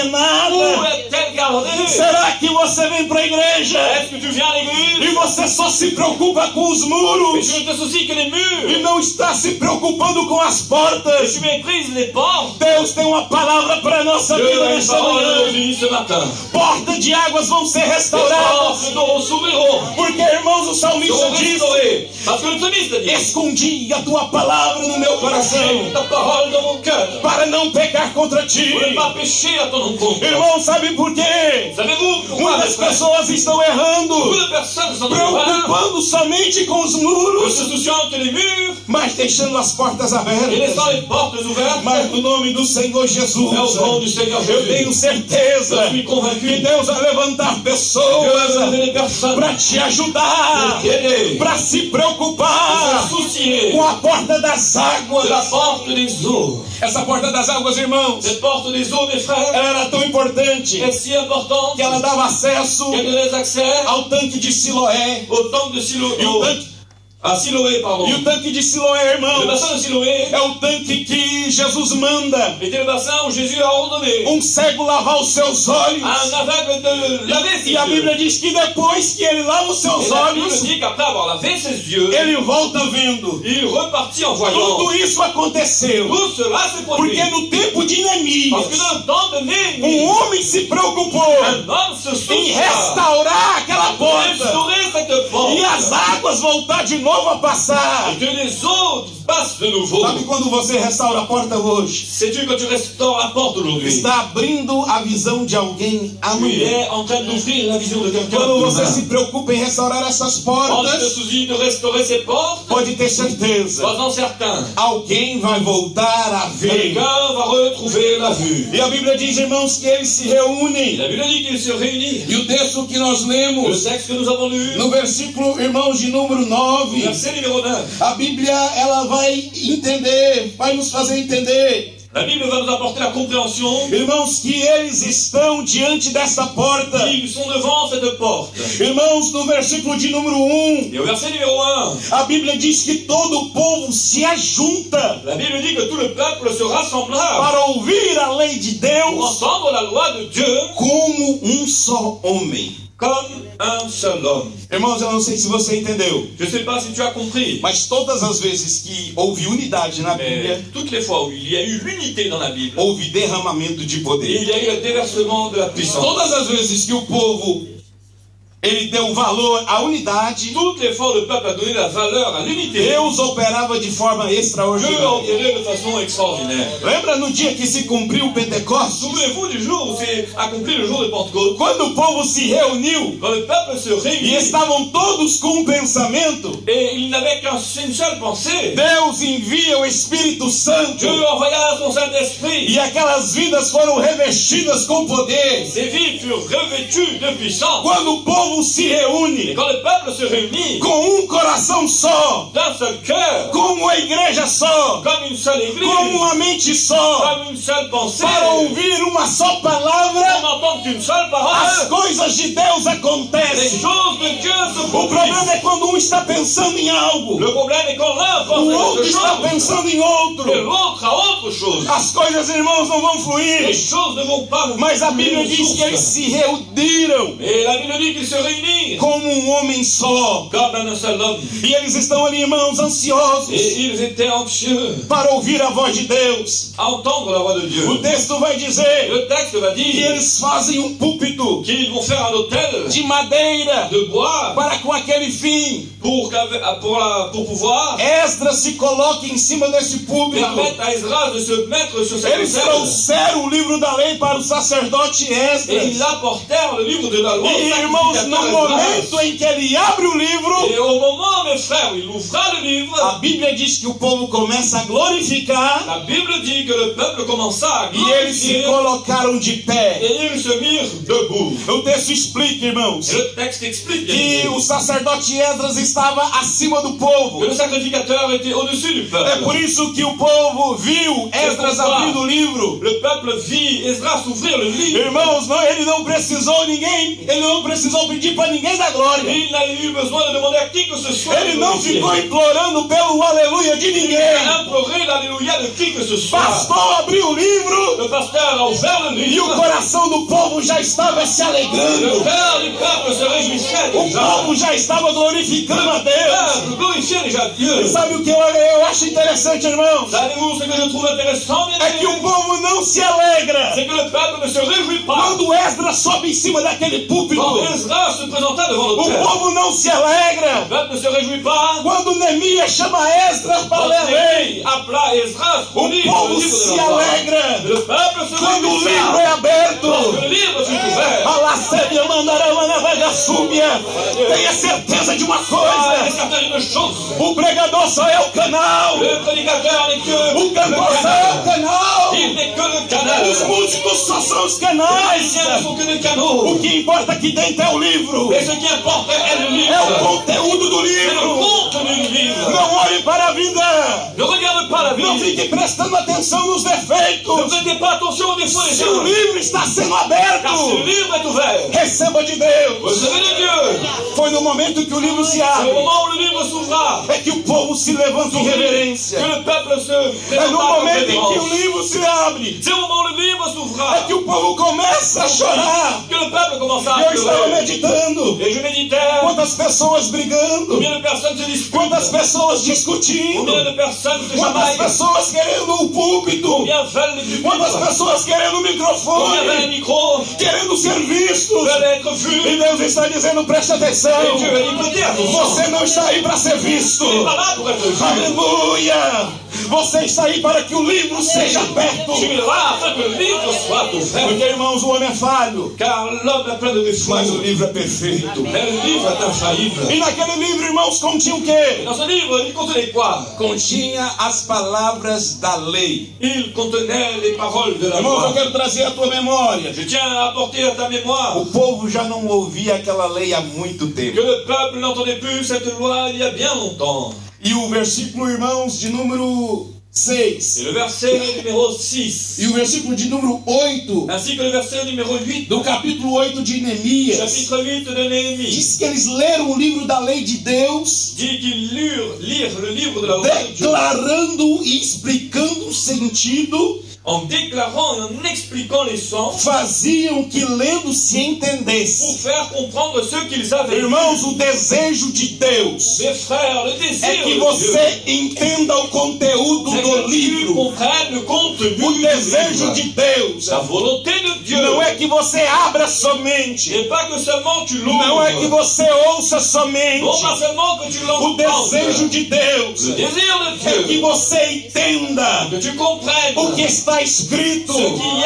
[SPEAKER 2] Où
[SPEAKER 3] armazenada?
[SPEAKER 2] est-elle
[SPEAKER 3] é?
[SPEAKER 2] gardée
[SPEAKER 3] Será que você vem para a igreja
[SPEAKER 2] Est-ce que tu viens à
[SPEAKER 3] e
[SPEAKER 2] l'église
[SPEAKER 3] você só se preocupa com os
[SPEAKER 2] Mais
[SPEAKER 3] muros
[SPEAKER 2] tu ne te soucies que des
[SPEAKER 3] e
[SPEAKER 2] murs
[SPEAKER 3] não está se preocupando com as
[SPEAKER 2] Et
[SPEAKER 3] portas?
[SPEAKER 2] tu méprises les portes
[SPEAKER 3] Deus tem uma palavra para a nossa
[SPEAKER 2] Dieu
[SPEAKER 3] vida
[SPEAKER 2] a une
[SPEAKER 3] nesta
[SPEAKER 2] parole de
[SPEAKER 3] manhã.
[SPEAKER 2] vie ce matin.
[SPEAKER 3] Portas de águas vão ser
[SPEAKER 2] Les portes
[SPEAKER 3] restauradas.
[SPEAKER 2] de nos s'ouvriront.
[SPEAKER 3] Porque, irmãos, o salmista
[SPEAKER 2] seront
[SPEAKER 3] diz:
[SPEAKER 2] restaurées. Parce que le psalmiste a dit
[SPEAKER 3] Escondi a tua palavra no meu
[SPEAKER 2] J'ai
[SPEAKER 3] coração,
[SPEAKER 2] ta parole dans mon cœur.
[SPEAKER 3] para não pecar contra ti.
[SPEAKER 2] Pour ne pas pécher à ton encontre.
[SPEAKER 3] Irmão, sabe por quê?
[SPEAKER 2] Savez-vous pourquoi
[SPEAKER 3] Muitas
[SPEAKER 2] mes frères
[SPEAKER 3] pessoas estão
[SPEAKER 2] Beaucoup
[SPEAKER 3] errando,
[SPEAKER 2] de personnes s'en occupent,
[SPEAKER 3] preocupando somente com os
[SPEAKER 2] ne
[SPEAKER 3] muros,
[SPEAKER 2] se souciant que les murs
[SPEAKER 3] mas deixando as portas
[SPEAKER 2] et
[SPEAKER 3] abertas.
[SPEAKER 2] laissant les portes ouvertes.
[SPEAKER 3] Mas no nome do Senhor
[SPEAKER 2] Mais au
[SPEAKER 3] Jesus,
[SPEAKER 2] nom du Seigneur
[SPEAKER 3] eu
[SPEAKER 2] Jésus,
[SPEAKER 3] tenho certeza
[SPEAKER 2] je suis convaincu
[SPEAKER 3] que Deus vai levantar
[SPEAKER 2] Dieu va
[SPEAKER 3] pessoas
[SPEAKER 2] lever les personnes
[SPEAKER 3] para te ajudar,
[SPEAKER 2] pour t'aider,
[SPEAKER 3] para se
[SPEAKER 2] pour
[SPEAKER 3] preocupar
[SPEAKER 2] se soucier
[SPEAKER 3] com a porta das
[SPEAKER 2] de la
[SPEAKER 3] águas.
[SPEAKER 2] porte des eaux.
[SPEAKER 3] Essa porta das águas, irmãos,
[SPEAKER 2] Cette porte des eaux, mes frères,
[SPEAKER 3] ela era tão importante
[SPEAKER 2] est si importante
[SPEAKER 3] que ela dava acesso
[SPEAKER 2] qu'elle donnait accès
[SPEAKER 3] ao tanque de Siloé.
[SPEAKER 2] au temple de Siloé.
[SPEAKER 3] E o tanque,
[SPEAKER 2] À Siloé, pardon.
[SPEAKER 3] e o tanque de Siloé,
[SPEAKER 2] Le
[SPEAKER 3] irmãos,
[SPEAKER 2] bassin de Siloé
[SPEAKER 3] é o tanque que Jesus manda
[SPEAKER 2] était le bassin où Jésus a ordonné
[SPEAKER 3] um cego lavar os seus olhos.
[SPEAKER 2] à un aveugle de laver ses
[SPEAKER 3] E a
[SPEAKER 2] yeux.
[SPEAKER 3] Bíblia diz que depois que ele é lava os
[SPEAKER 2] Et
[SPEAKER 3] seus
[SPEAKER 2] la Bible
[SPEAKER 3] olhos,
[SPEAKER 2] dit qu'après avoir lavé ses yeux,
[SPEAKER 3] ele volta vendo.
[SPEAKER 2] il repartit en voyant.
[SPEAKER 3] Tudo isso aconteceu
[SPEAKER 2] Tout cela s'est produit.
[SPEAKER 3] porque no tempo de
[SPEAKER 2] Parce que
[SPEAKER 3] Neemias,
[SPEAKER 2] dans le temps de
[SPEAKER 3] um
[SPEAKER 2] Néhémie,
[SPEAKER 3] homem se preocupou
[SPEAKER 2] un homme se
[SPEAKER 3] em
[SPEAKER 2] souvient
[SPEAKER 3] restaurar aquela porta
[SPEAKER 2] restaurer cette porte
[SPEAKER 3] e as águas voltar de novo a passar.
[SPEAKER 2] et que les eaux passent de nouveau.
[SPEAKER 3] Sabe quando você restaura a porta hoje?
[SPEAKER 2] Sais-tu que tu restaures la porte aujourd'hui
[SPEAKER 3] Está abrindo a visão de alguém
[SPEAKER 2] Tu
[SPEAKER 3] amanhã.
[SPEAKER 2] es en train d'ouvrir la vision de quelqu'un.
[SPEAKER 3] Quando você
[SPEAKER 2] demain.
[SPEAKER 3] se preocupa em restaurar essas
[SPEAKER 2] Quand tu te
[SPEAKER 3] portas,
[SPEAKER 2] soucies de restaurer ces portes,
[SPEAKER 3] pode ter certeza.
[SPEAKER 2] sois-en certain.
[SPEAKER 3] Alguém vai voltar a ver.
[SPEAKER 2] Quelqu'un va retrouver la vue.
[SPEAKER 3] E a Bíblia diz, irmãos, que eles se reúnem.
[SPEAKER 2] La Bible dit qu'ils se réunissent.
[SPEAKER 3] E o texto que nós
[SPEAKER 2] Le
[SPEAKER 3] lemos,
[SPEAKER 2] texte que nous avons lu,
[SPEAKER 3] no versículo, irmãos, de número 9,
[SPEAKER 2] verset numéro 9,
[SPEAKER 3] a Bíblia, ela vai entender, vai nos fazer entender,
[SPEAKER 2] la Bible va nous apporter la compréhension
[SPEAKER 3] irmãos, que eles estão diante desta porta.
[SPEAKER 2] qu'ils sont devant cette porte.
[SPEAKER 3] Irmãos, no versículo de número 1,
[SPEAKER 2] Et au verset numéro 1,
[SPEAKER 3] a Bíblia diz que todo o povo se ajunta
[SPEAKER 2] la Bible dit que tout le peuple se rassembla
[SPEAKER 3] para ouvir a lei de
[SPEAKER 2] pour
[SPEAKER 3] Deus
[SPEAKER 2] entendre la loi de Dieu
[SPEAKER 3] como um só homem.
[SPEAKER 2] comme un seul homme.
[SPEAKER 3] Irmãos, eu não sei se você entendeu,
[SPEAKER 2] Je ne sais pas si tu as compris,
[SPEAKER 3] mas todas as vezes que houve unidade na
[SPEAKER 2] mais
[SPEAKER 3] Bíblia,
[SPEAKER 2] toutes les fois où il y a eu l'unité dans la Bible,
[SPEAKER 3] houve derramamento de
[SPEAKER 2] il
[SPEAKER 3] poder.
[SPEAKER 2] y a eu le déversement de la puissance.
[SPEAKER 3] Todas as vezes que o povo ele deu valor à unidade,
[SPEAKER 2] Toutes les fois où le peuple a donné la valeur à l'unité,
[SPEAKER 3] Deus operava de forma
[SPEAKER 2] Dieu a
[SPEAKER 3] extraordinária.
[SPEAKER 2] opéré de façon extraordinaire.
[SPEAKER 3] Lembra no dia que se cumpriu o Pentecostes?
[SPEAKER 2] Souvenez-vous du jour où s'est accompli le jour de Pentecôte,
[SPEAKER 3] Quando o povo se reuniu
[SPEAKER 2] quand le peuple se
[SPEAKER 3] e
[SPEAKER 2] réunit
[SPEAKER 3] estavam todos com um pensamento,
[SPEAKER 2] et il n'avait qu'une seule pensée.
[SPEAKER 3] Deus envia o Espírito Santo
[SPEAKER 2] Dieu envoya son Saint-Esprit.
[SPEAKER 3] e aquelas vidas foram revestidas com poder.
[SPEAKER 2] Ses vies furent revêtues de puissance.
[SPEAKER 3] Quando o povo se
[SPEAKER 2] Et
[SPEAKER 3] reúne
[SPEAKER 2] quand le peuple se réunit
[SPEAKER 3] com um coração só,
[SPEAKER 2] d'un seul cœur,
[SPEAKER 3] com uma igreja só,
[SPEAKER 2] comme une seule église,
[SPEAKER 3] com uma mente só,
[SPEAKER 2] comme une seule pensée,
[SPEAKER 3] para ouvir uma só palavra,
[SPEAKER 2] on n'entend qu'une seule
[SPEAKER 3] as
[SPEAKER 2] parole,
[SPEAKER 3] coisas de Deus
[SPEAKER 2] les
[SPEAKER 3] acontecem.
[SPEAKER 2] choses de Dieu se
[SPEAKER 3] O
[SPEAKER 2] produisent.
[SPEAKER 3] problema é quando um está pensando em algo,
[SPEAKER 2] Le problème est quand l'un
[SPEAKER 3] o
[SPEAKER 2] pense à
[SPEAKER 3] outro
[SPEAKER 2] quelque
[SPEAKER 3] está
[SPEAKER 2] chose
[SPEAKER 3] pensando em
[SPEAKER 2] et
[SPEAKER 3] outro.
[SPEAKER 2] l'autre à autre chose.
[SPEAKER 3] As coisas, irmãos, não vão
[SPEAKER 2] Les
[SPEAKER 3] fluir.
[SPEAKER 2] choses ne vont pas
[SPEAKER 3] Mas a Bíblia
[SPEAKER 2] les
[SPEAKER 3] diz que eles
[SPEAKER 2] sources.
[SPEAKER 3] se reuniram
[SPEAKER 2] Et la Bible dit qu'ils se réunissent
[SPEAKER 3] como um homem só.
[SPEAKER 2] comme un seul homme.
[SPEAKER 3] E eles estão ali, irmãos,
[SPEAKER 2] Et
[SPEAKER 3] ansiosos
[SPEAKER 2] ils étaient anxieux
[SPEAKER 3] para ouvir a voz de Deus.
[SPEAKER 2] à entendre la voix de Dieu.
[SPEAKER 3] O texto vai
[SPEAKER 2] Et
[SPEAKER 3] dizer
[SPEAKER 2] le texte va
[SPEAKER 3] que
[SPEAKER 2] dire
[SPEAKER 3] eles fazem um púlpito
[SPEAKER 2] qu'ils vont faire un hôtel
[SPEAKER 3] de madeira
[SPEAKER 2] de bois
[SPEAKER 3] para com aquele fim.
[SPEAKER 2] pour, qu'ave- pour, la- pour pouvoir
[SPEAKER 3] Esdras se coloca em cima desse púlpito.
[SPEAKER 2] permettre à Ezra de se mettre sur cette
[SPEAKER 3] Eles
[SPEAKER 2] hôtel.
[SPEAKER 3] trouxeram o livro da lei para o sacerdote
[SPEAKER 2] Et
[SPEAKER 3] Esdras.
[SPEAKER 2] ils apportèrent le livre de la loi. Ah,
[SPEAKER 3] E, irmãos, no momento em que ele abre o livro,
[SPEAKER 2] Et au moment, mes frères, où il ouvrira le
[SPEAKER 3] a
[SPEAKER 2] livre.
[SPEAKER 3] Bíblia diz que o povo começa a glorificar
[SPEAKER 2] La Bible dit que le peuple commença à
[SPEAKER 3] e eles se
[SPEAKER 2] glorifier
[SPEAKER 3] colocaram de pé.
[SPEAKER 2] et ils se mirent debout.
[SPEAKER 3] O texto explica, irmãos,
[SPEAKER 2] Et le texte explique bien
[SPEAKER 3] que
[SPEAKER 2] sûr,
[SPEAKER 3] o sacerdote Esdras estava acima do povo.
[SPEAKER 2] que le sacrificateur était au-dessus du
[SPEAKER 3] É por
[SPEAKER 2] peuple.
[SPEAKER 3] isso que o povo viu Esdras abrindo o livro.
[SPEAKER 2] Le peuple vit Ezra s'ouvrir le livre.
[SPEAKER 3] Irmãos, não, ele não precisou ninguém, ele não precisou pedir para ninguém da glória.
[SPEAKER 2] Il n'a eu besoin de demander à qui que ce soit.
[SPEAKER 3] Ele
[SPEAKER 2] de
[SPEAKER 3] não
[SPEAKER 2] glorifier.
[SPEAKER 3] ficou implorando pelo aleluia de
[SPEAKER 2] Il a
[SPEAKER 3] ninguém.
[SPEAKER 2] imploré l'alléluia de qui que ce soit.
[SPEAKER 3] Pastor abriu o livro
[SPEAKER 2] Le pasteur a ouvert le
[SPEAKER 3] e o
[SPEAKER 2] livre.
[SPEAKER 3] coração do povo já estava se
[SPEAKER 2] Le
[SPEAKER 3] alegrando.
[SPEAKER 2] cœur du peuple se réjouissait
[SPEAKER 3] O
[SPEAKER 2] déjà.
[SPEAKER 3] povo já estava glorificando a Deus.
[SPEAKER 2] Peuple glorifiait déjà Dieu.
[SPEAKER 3] Sabe o que eu, eu acho interessante, irmãos?
[SPEAKER 2] Savez-vous ce que je trouve intéressant, bien
[SPEAKER 3] É que o
[SPEAKER 2] aimé
[SPEAKER 3] povo não se alegra
[SPEAKER 2] C'est que le peuple ne se réjouit pas.
[SPEAKER 3] quando Esdras sobe em cima daquele
[SPEAKER 2] Quand
[SPEAKER 3] púlpito.
[SPEAKER 2] Ezra se présenta devant le
[SPEAKER 3] O
[SPEAKER 2] peuple,
[SPEAKER 3] povo não se
[SPEAKER 2] le
[SPEAKER 3] alegra
[SPEAKER 2] peuple ne se réjouit pas.
[SPEAKER 3] quando Neemias chama Esdras para
[SPEAKER 2] Quand
[SPEAKER 3] ler a lei.
[SPEAKER 2] Néhémie appela Ezra,
[SPEAKER 3] O
[SPEAKER 2] on dit
[SPEAKER 3] povo
[SPEAKER 2] le livre de
[SPEAKER 3] se
[SPEAKER 2] la loi.
[SPEAKER 3] alegra
[SPEAKER 2] Le peuple se
[SPEAKER 3] quando o
[SPEAKER 2] réjouit
[SPEAKER 3] livro é
[SPEAKER 2] pas. Lorsque
[SPEAKER 3] aberto.
[SPEAKER 2] le livre fut ouvert,
[SPEAKER 3] A lacébia mandará na vaga súbia. Tenha certeza de uma
[SPEAKER 2] ah, il est
[SPEAKER 3] coisa:
[SPEAKER 2] certain d'une chose.
[SPEAKER 3] o pregador só é o canal,
[SPEAKER 2] Le prédicateur n'est que
[SPEAKER 3] o
[SPEAKER 2] le
[SPEAKER 3] cantor só é o
[SPEAKER 2] canal.
[SPEAKER 3] canal,
[SPEAKER 2] Il n'est que le
[SPEAKER 3] os
[SPEAKER 2] canal.
[SPEAKER 3] músicos só são os
[SPEAKER 2] Les
[SPEAKER 3] canais.
[SPEAKER 2] musiciens ne sont que des
[SPEAKER 3] O
[SPEAKER 2] canaux.
[SPEAKER 3] que importa aqui dentro é o livro,
[SPEAKER 2] Et ce qui importe est le
[SPEAKER 3] é o
[SPEAKER 2] livre.
[SPEAKER 3] conteúdo do
[SPEAKER 2] C'est le
[SPEAKER 3] livro.
[SPEAKER 2] contenu du livre.
[SPEAKER 3] Não olhe para a vida.
[SPEAKER 2] Ne regarde pas la
[SPEAKER 3] Não
[SPEAKER 2] vie.
[SPEAKER 3] fique prestando atenção nos defeitos.
[SPEAKER 2] Ne prêtez pas attention aux défauts des
[SPEAKER 3] Se
[SPEAKER 2] gens.
[SPEAKER 3] o livro está sendo
[SPEAKER 2] Car si le
[SPEAKER 3] aberto,
[SPEAKER 2] livre est ouvert,
[SPEAKER 3] receba de Deus.
[SPEAKER 2] recevez de Dieu.
[SPEAKER 3] Foi no momento que o livro se
[SPEAKER 2] C'est au
[SPEAKER 3] abre
[SPEAKER 2] moment où le livre s'ouvrira
[SPEAKER 3] é que o povo se levanta em
[SPEAKER 2] que
[SPEAKER 3] reverência.
[SPEAKER 2] le peuple se
[SPEAKER 3] É no
[SPEAKER 2] présenta comme
[SPEAKER 3] momento em que o
[SPEAKER 2] révérence.
[SPEAKER 3] livro se abre
[SPEAKER 2] C'est au moment où le livre
[SPEAKER 3] é
[SPEAKER 2] s'ouvrira
[SPEAKER 3] que o povo começa a chorar.
[SPEAKER 2] que le peuple commença à
[SPEAKER 3] Eu estava
[SPEAKER 2] pleurer.
[SPEAKER 3] meditando
[SPEAKER 2] Et je méditais
[SPEAKER 3] quantas pessoas brigando,
[SPEAKER 2] combien de personnes se disputent,
[SPEAKER 3] quantas pessoas discutindo,
[SPEAKER 2] combien de personnes se
[SPEAKER 3] quantas
[SPEAKER 2] chamaillent,
[SPEAKER 3] pessoas querendo o púlpito,
[SPEAKER 2] combien veulent les
[SPEAKER 3] quantas
[SPEAKER 2] pupitres,
[SPEAKER 3] pessoas querendo o
[SPEAKER 2] combien veulent
[SPEAKER 3] microfone,
[SPEAKER 2] les micros,
[SPEAKER 3] querendo ser vistos.
[SPEAKER 2] veulent être
[SPEAKER 3] E
[SPEAKER 2] vus.
[SPEAKER 3] Deus está dizendo, preste
[SPEAKER 2] Et
[SPEAKER 3] atenção.
[SPEAKER 2] Dieu a dit peut-être,
[SPEAKER 3] Você não está aí para ser visto.
[SPEAKER 2] tu n'es pas là pour être vu.
[SPEAKER 3] Aleluia! Você está aí para que o livro seja aberto.
[SPEAKER 2] Tu es lá afin que le livre soit ouvert.
[SPEAKER 3] Porque, irmãos, o homem é falho,
[SPEAKER 2] Car l'homme est plein de défauts.
[SPEAKER 3] mas o livro é perfeito.
[SPEAKER 2] Mais le livre est infaillible.
[SPEAKER 3] E naquele livro, irmãos, continha o
[SPEAKER 2] Et
[SPEAKER 3] quê?
[SPEAKER 2] dans ce livre, il contenait quoi
[SPEAKER 3] Continha as palavras da lei.
[SPEAKER 2] Il contenait les paroles de la
[SPEAKER 3] Irmãos, eu
[SPEAKER 2] loi.
[SPEAKER 3] quero trazer à tua memória.
[SPEAKER 2] Je tiens à apporter à ta mémoire
[SPEAKER 3] O povo já não ouvia aquela lei há muito
[SPEAKER 2] que
[SPEAKER 3] tempo.
[SPEAKER 2] le peuple n'entendait plus cette loi il y a bien longtemps.
[SPEAKER 3] E o versículo, irmãos, de número
[SPEAKER 2] Et
[SPEAKER 3] 6
[SPEAKER 2] le verset numéro 6,
[SPEAKER 3] e o versículo de número 8
[SPEAKER 2] ainsi que le verset numéro 8,
[SPEAKER 3] do capítulo 8 de Neemias.
[SPEAKER 2] chapitre 8 de Néhémie,
[SPEAKER 3] Diz que eles leram o livro da lei de Deus,
[SPEAKER 2] dit qu'ils lurent lire le livre de la loi de Dieu
[SPEAKER 3] declarando e explicando o sentido,
[SPEAKER 2] en déclarant et en expliquant les sens
[SPEAKER 3] faziam que lendo se
[SPEAKER 2] pour
[SPEAKER 3] entendesse.
[SPEAKER 2] faire comprendre ce qu'ils avaient lu.
[SPEAKER 3] Irmãos, o desejo de Deus
[SPEAKER 2] Mes frères, le
[SPEAKER 3] é
[SPEAKER 2] désir
[SPEAKER 3] que
[SPEAKER 2] de Dieu,
[SPEAKER 3] você entenda o conteúdo
[SPEAKER 2] c'est
[SPEAKER 3] do
[SPEAKER 2] que tu
[SPEAKER 3] livro.
[SPEAKER 2] comprennes le contenu
[SPEAKER 3] O
[SPEAKER 2] du
[SPEAKER 3] desejo de
[SPEAKER 2] livre.
[SPEAKER 3] Deus
[SPEAKER 2] La volonté de Dieu
[SPEAKER 3] não é que você abra somente,
[SPEAKER 2] n'est pas que seulement tu
[SPEAKER 3] não é que
[SPEAKER 2] l'ouvres,
[SPEAKER 3] você ouça
[SPEAKER 2] non pas
[SPEAKER 3] somente.
[SPEAKER 2] seulement que tu
[SPEAKER 3] O
[SPEAKER 2] l'entends.
[SPEAKER 3] desejo de Deus
[SPEAKER 2] Le désir de
[SPEAKER 3] é que
[SPEAKER 2] Dieu,
[SPEAKER 3] você entenda
[SPEAKER 2] que tu comprennes
[SPEAKER 3] o que está escrito.
[SPEAKER 2] ce qui y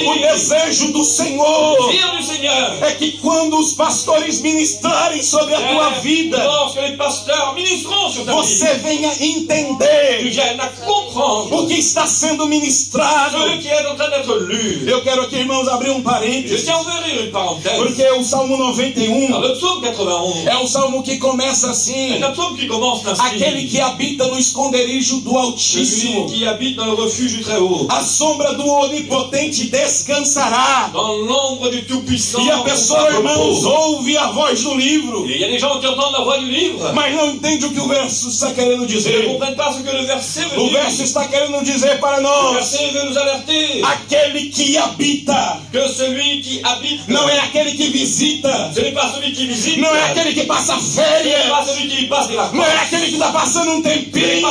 [SPEAKER 2] est
[SPEAKER 3] O
[SPEAKER 2] écrit.
[SPEAKER 3] desejo do
[SPEAKER 2] Le
[SPEAKER 3] Senhor
[SPEAKER 2] désir du Seigneur.
[SPEAKER 3] é que quando os pastores ministrarem sobre
[SPEAKER 2] É.
[SPEAKER 3] a tua vida,
[SPEAKER 2] Eh, Lorsque les pasteurs ministreront sur ta vie,
[SPEAKER 3] você venha
[SPEAKER 2] tu
[SPEAKER 3] entender
[SPEAKER 2] viennes à comprendre
[SPEAKER 3] o que está sendo ministrado.
[SPEAKER 2] ce qui est en train d'être lu.
[SPEAKER 3] Eu quero aqui, irmãos, abrir um
[SPEAKER 2] Je
[SPEAKER 3] parênteses,
[SPEAKER 2] tiens à ouvrir une parenthèse.
[SPEAKER 3] porque o Salmo 91
[SPEAKER 2] Dans le psaume 91,
[SPEAKER 3] é um salmo que começa assim:
[SPEAKER 2] c'est un psaume qui commence
[SPEAKER 3] aquele
[SPEAKER 2] ainsi.
[SPEAKER 3] que habita no esconderijo do
[SPEAKER 2] Celui
[SPEAKER 3] Altíssimo,
[SPEAKER 2] qui habite dans le refuge du Très-Haut,
[SPEAKER 3] a sombra do Onipotente descansará.
[SPEAKER 2] dans l'ombre du Tout-Puissant,
[SPEAKER 3] E a pessoa,
[SPEAKER 2] son
[SPEAKER 3] irmãos,
[SPEAKER 2] repos.
[SPEAKER 3] ouve a voz do livro,
[SPEAKER 2] Et il y a des gens qui entendent la voix du livre,
[SPEAKER 3] mas não entende o que o verso está querendo
[SPEAKER 2] et ne
[SPEAKER 3] dizer.
[SPEAKER 2] comprennent pas ce que le verset Ah. veut
[SPEAKER 3] O
[SPEAKER 2] dire.
[SPEAKER 3] verso está querendo dizer para
[SPEAKER 2] Le
[SPEAKER 3] nós:
[SPEAKER 2] verset veut nous alerter
[SPEAKER 3] aquele que habita
[SPEAKER 2] que celui qui habite,
[SPEAKER 3] não é aquele que visita,
[SPEAKER 2] ce n'est pas celui qui visite,
[SPEAKER 3] não é aquele que passa
[SPEAKER 2] ce n'est pas
[SPEAKER 3] férias,
[SPEAKER 2] celui qui passe des vacances,
[SPEAKER 3] não é aquele que está passando um
[SPEAKER 2] ce n'est pas celui qui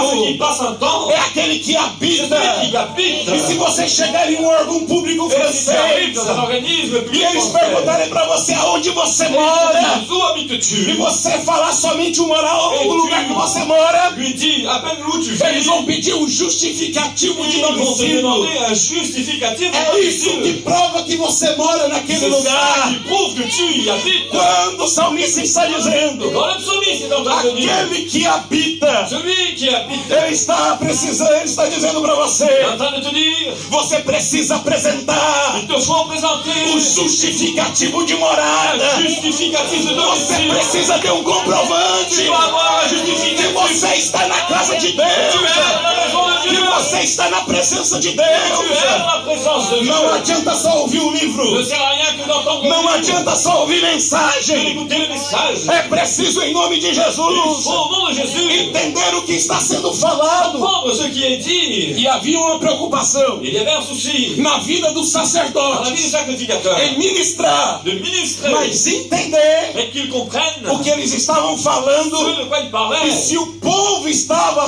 [SPEAKER 3] tempinho,
[SPEAKER 2] passe un temps,
[SPEAKER 3] é aquele que
[SPEAKER 2] c'est celui qui
[SPEAKER 3] habita.
[SPEAKER 2] habite.
[SPEAKER 3] E se você chegar em um órgão público
[SPEAKER 2] Esse
[SPEAKER 3] francês
[SPEAKER 2] habita dans un organisme
[SPEAKER 3] e
[SPEAKER 2] public
[SPEAKER 3] eles
[SPEAKER 2] français.
[SPEAKER 3] perguntarem para você aonde você
[SPEAKER 2] Et ils
[SPEAKER 3] mora
[SPEAKER 2] disent, Où
[SPEAKER 3] e
[SPEAKER 2] habites-tu
[SPEAKER 3] você falar somente uma hora,
[SPEAKER 2] Et
[SPEAKER 3] um
[SPEAKER 2] tu
[SPEAKER 3] Até nossa hora,
[SPEAKER 2] lui dit, appelle-nous, tu
[SPEAKER 3] eles
[SPEAKER 2] viens.
[SPEAKER 3] vão pedir o justificativo de
[SPEAKER 2] Ils
[SPEAKER 3] não
[SPEAKER 2] vont te
[SPEAKER 3] vir.
[SPEAKER 2] demander un justificatif
[SPEAKER 3] É isso que
[SPEAKER 2] domicile.
[SPEAKER 3] prova que você mora naquele
[SPEAKER 2] C'est ça
[SPEAKER 3] lugar.
[SPEAKER 2] qui prouve que tu y habites.
[SPEAKER 3] Quando o salmista está dizendo,
[SPEAKER 2] Dans le psalmiste, c'est en train de dire,
[SPEAKER 3] aquele que habita,
[SPEAKER 2] celui qui habite
[SPEAKER 3] ele está precisando, ele está dizendo para
[SPEAKER 2] est en
[SPEAKER 3] você,
[SPEAKER 2] train de te dire,
[SPEAKER 3] você precisa apresentar
[SPEAKER 2] il te faut présenter
[SPEAKER 3] o justificativo de morada.
[SPEAKER 2] un justificatif
[SPEAKER 3] Você
[SPEAKER 2] de domicile.
[SPEAKER 3] precisa ter um comprovante
[SPEAKER 2] Tu vas avoir un justificatif.
[SPEAKER 3] que você está na casa de
[SPEAKER 2] Tu es dans
[SPEAKER 3] Deus,
[SPEAKER 2] la maison de
[SPEAKER 3] que
[SPEAKER 2] Dieu.
[SPEAKER 3] você está na presença de
[SPEAKER 2] Tu es
[SPEAKER 3] Deus.
[SPEAKER 2] dans la présence de
[SPEAKER 3] Não
[SPEAKER 2] Dieu.
[SPEAKER 3] adianta só ouvir o
[SPEAKER 2] Ne
[SPEAKER 3] livro,
[SPEAKER 2] sert à rien que d'entendre
[SPEAKER 3] não adianta só ouvir mensagem.
[SPEAKER 2] d'écouter le message.
[SPEAKER 3] É preciso, em nome de
[SPEAKER 2] Il faut,
[SPEAKER 3] Jesus,
[SPEAKER 2] au nom de Jésus,
[SPEAKER 3] entender o que está sendo falado.
[SPEAKER 2] comprendre ce qui est dit.
[SPEAKER 3] E havia uma preocupação
[SPEAKER 2] Il y avait un souci
[SPEAKER 3] na vida do
[SPEAKER 2] dans la vie
[SPEAKER 3] sacerdote
[SPEAKER 2] du sacrificateur
[SPEAKER 3] em ministrar,
[SPEAKER 2] de ministrer
[SPEAKER 3] mas entender
[SPEAKER 2] et qu'ils comprennent
[SPEAKER 3] o que eles estavam falando
[SPEAKER 2] ce de quoi il
[SPEAKER 3] E
[SPEAKER 2] parlait.
[SPEAKER 3] se o povo estava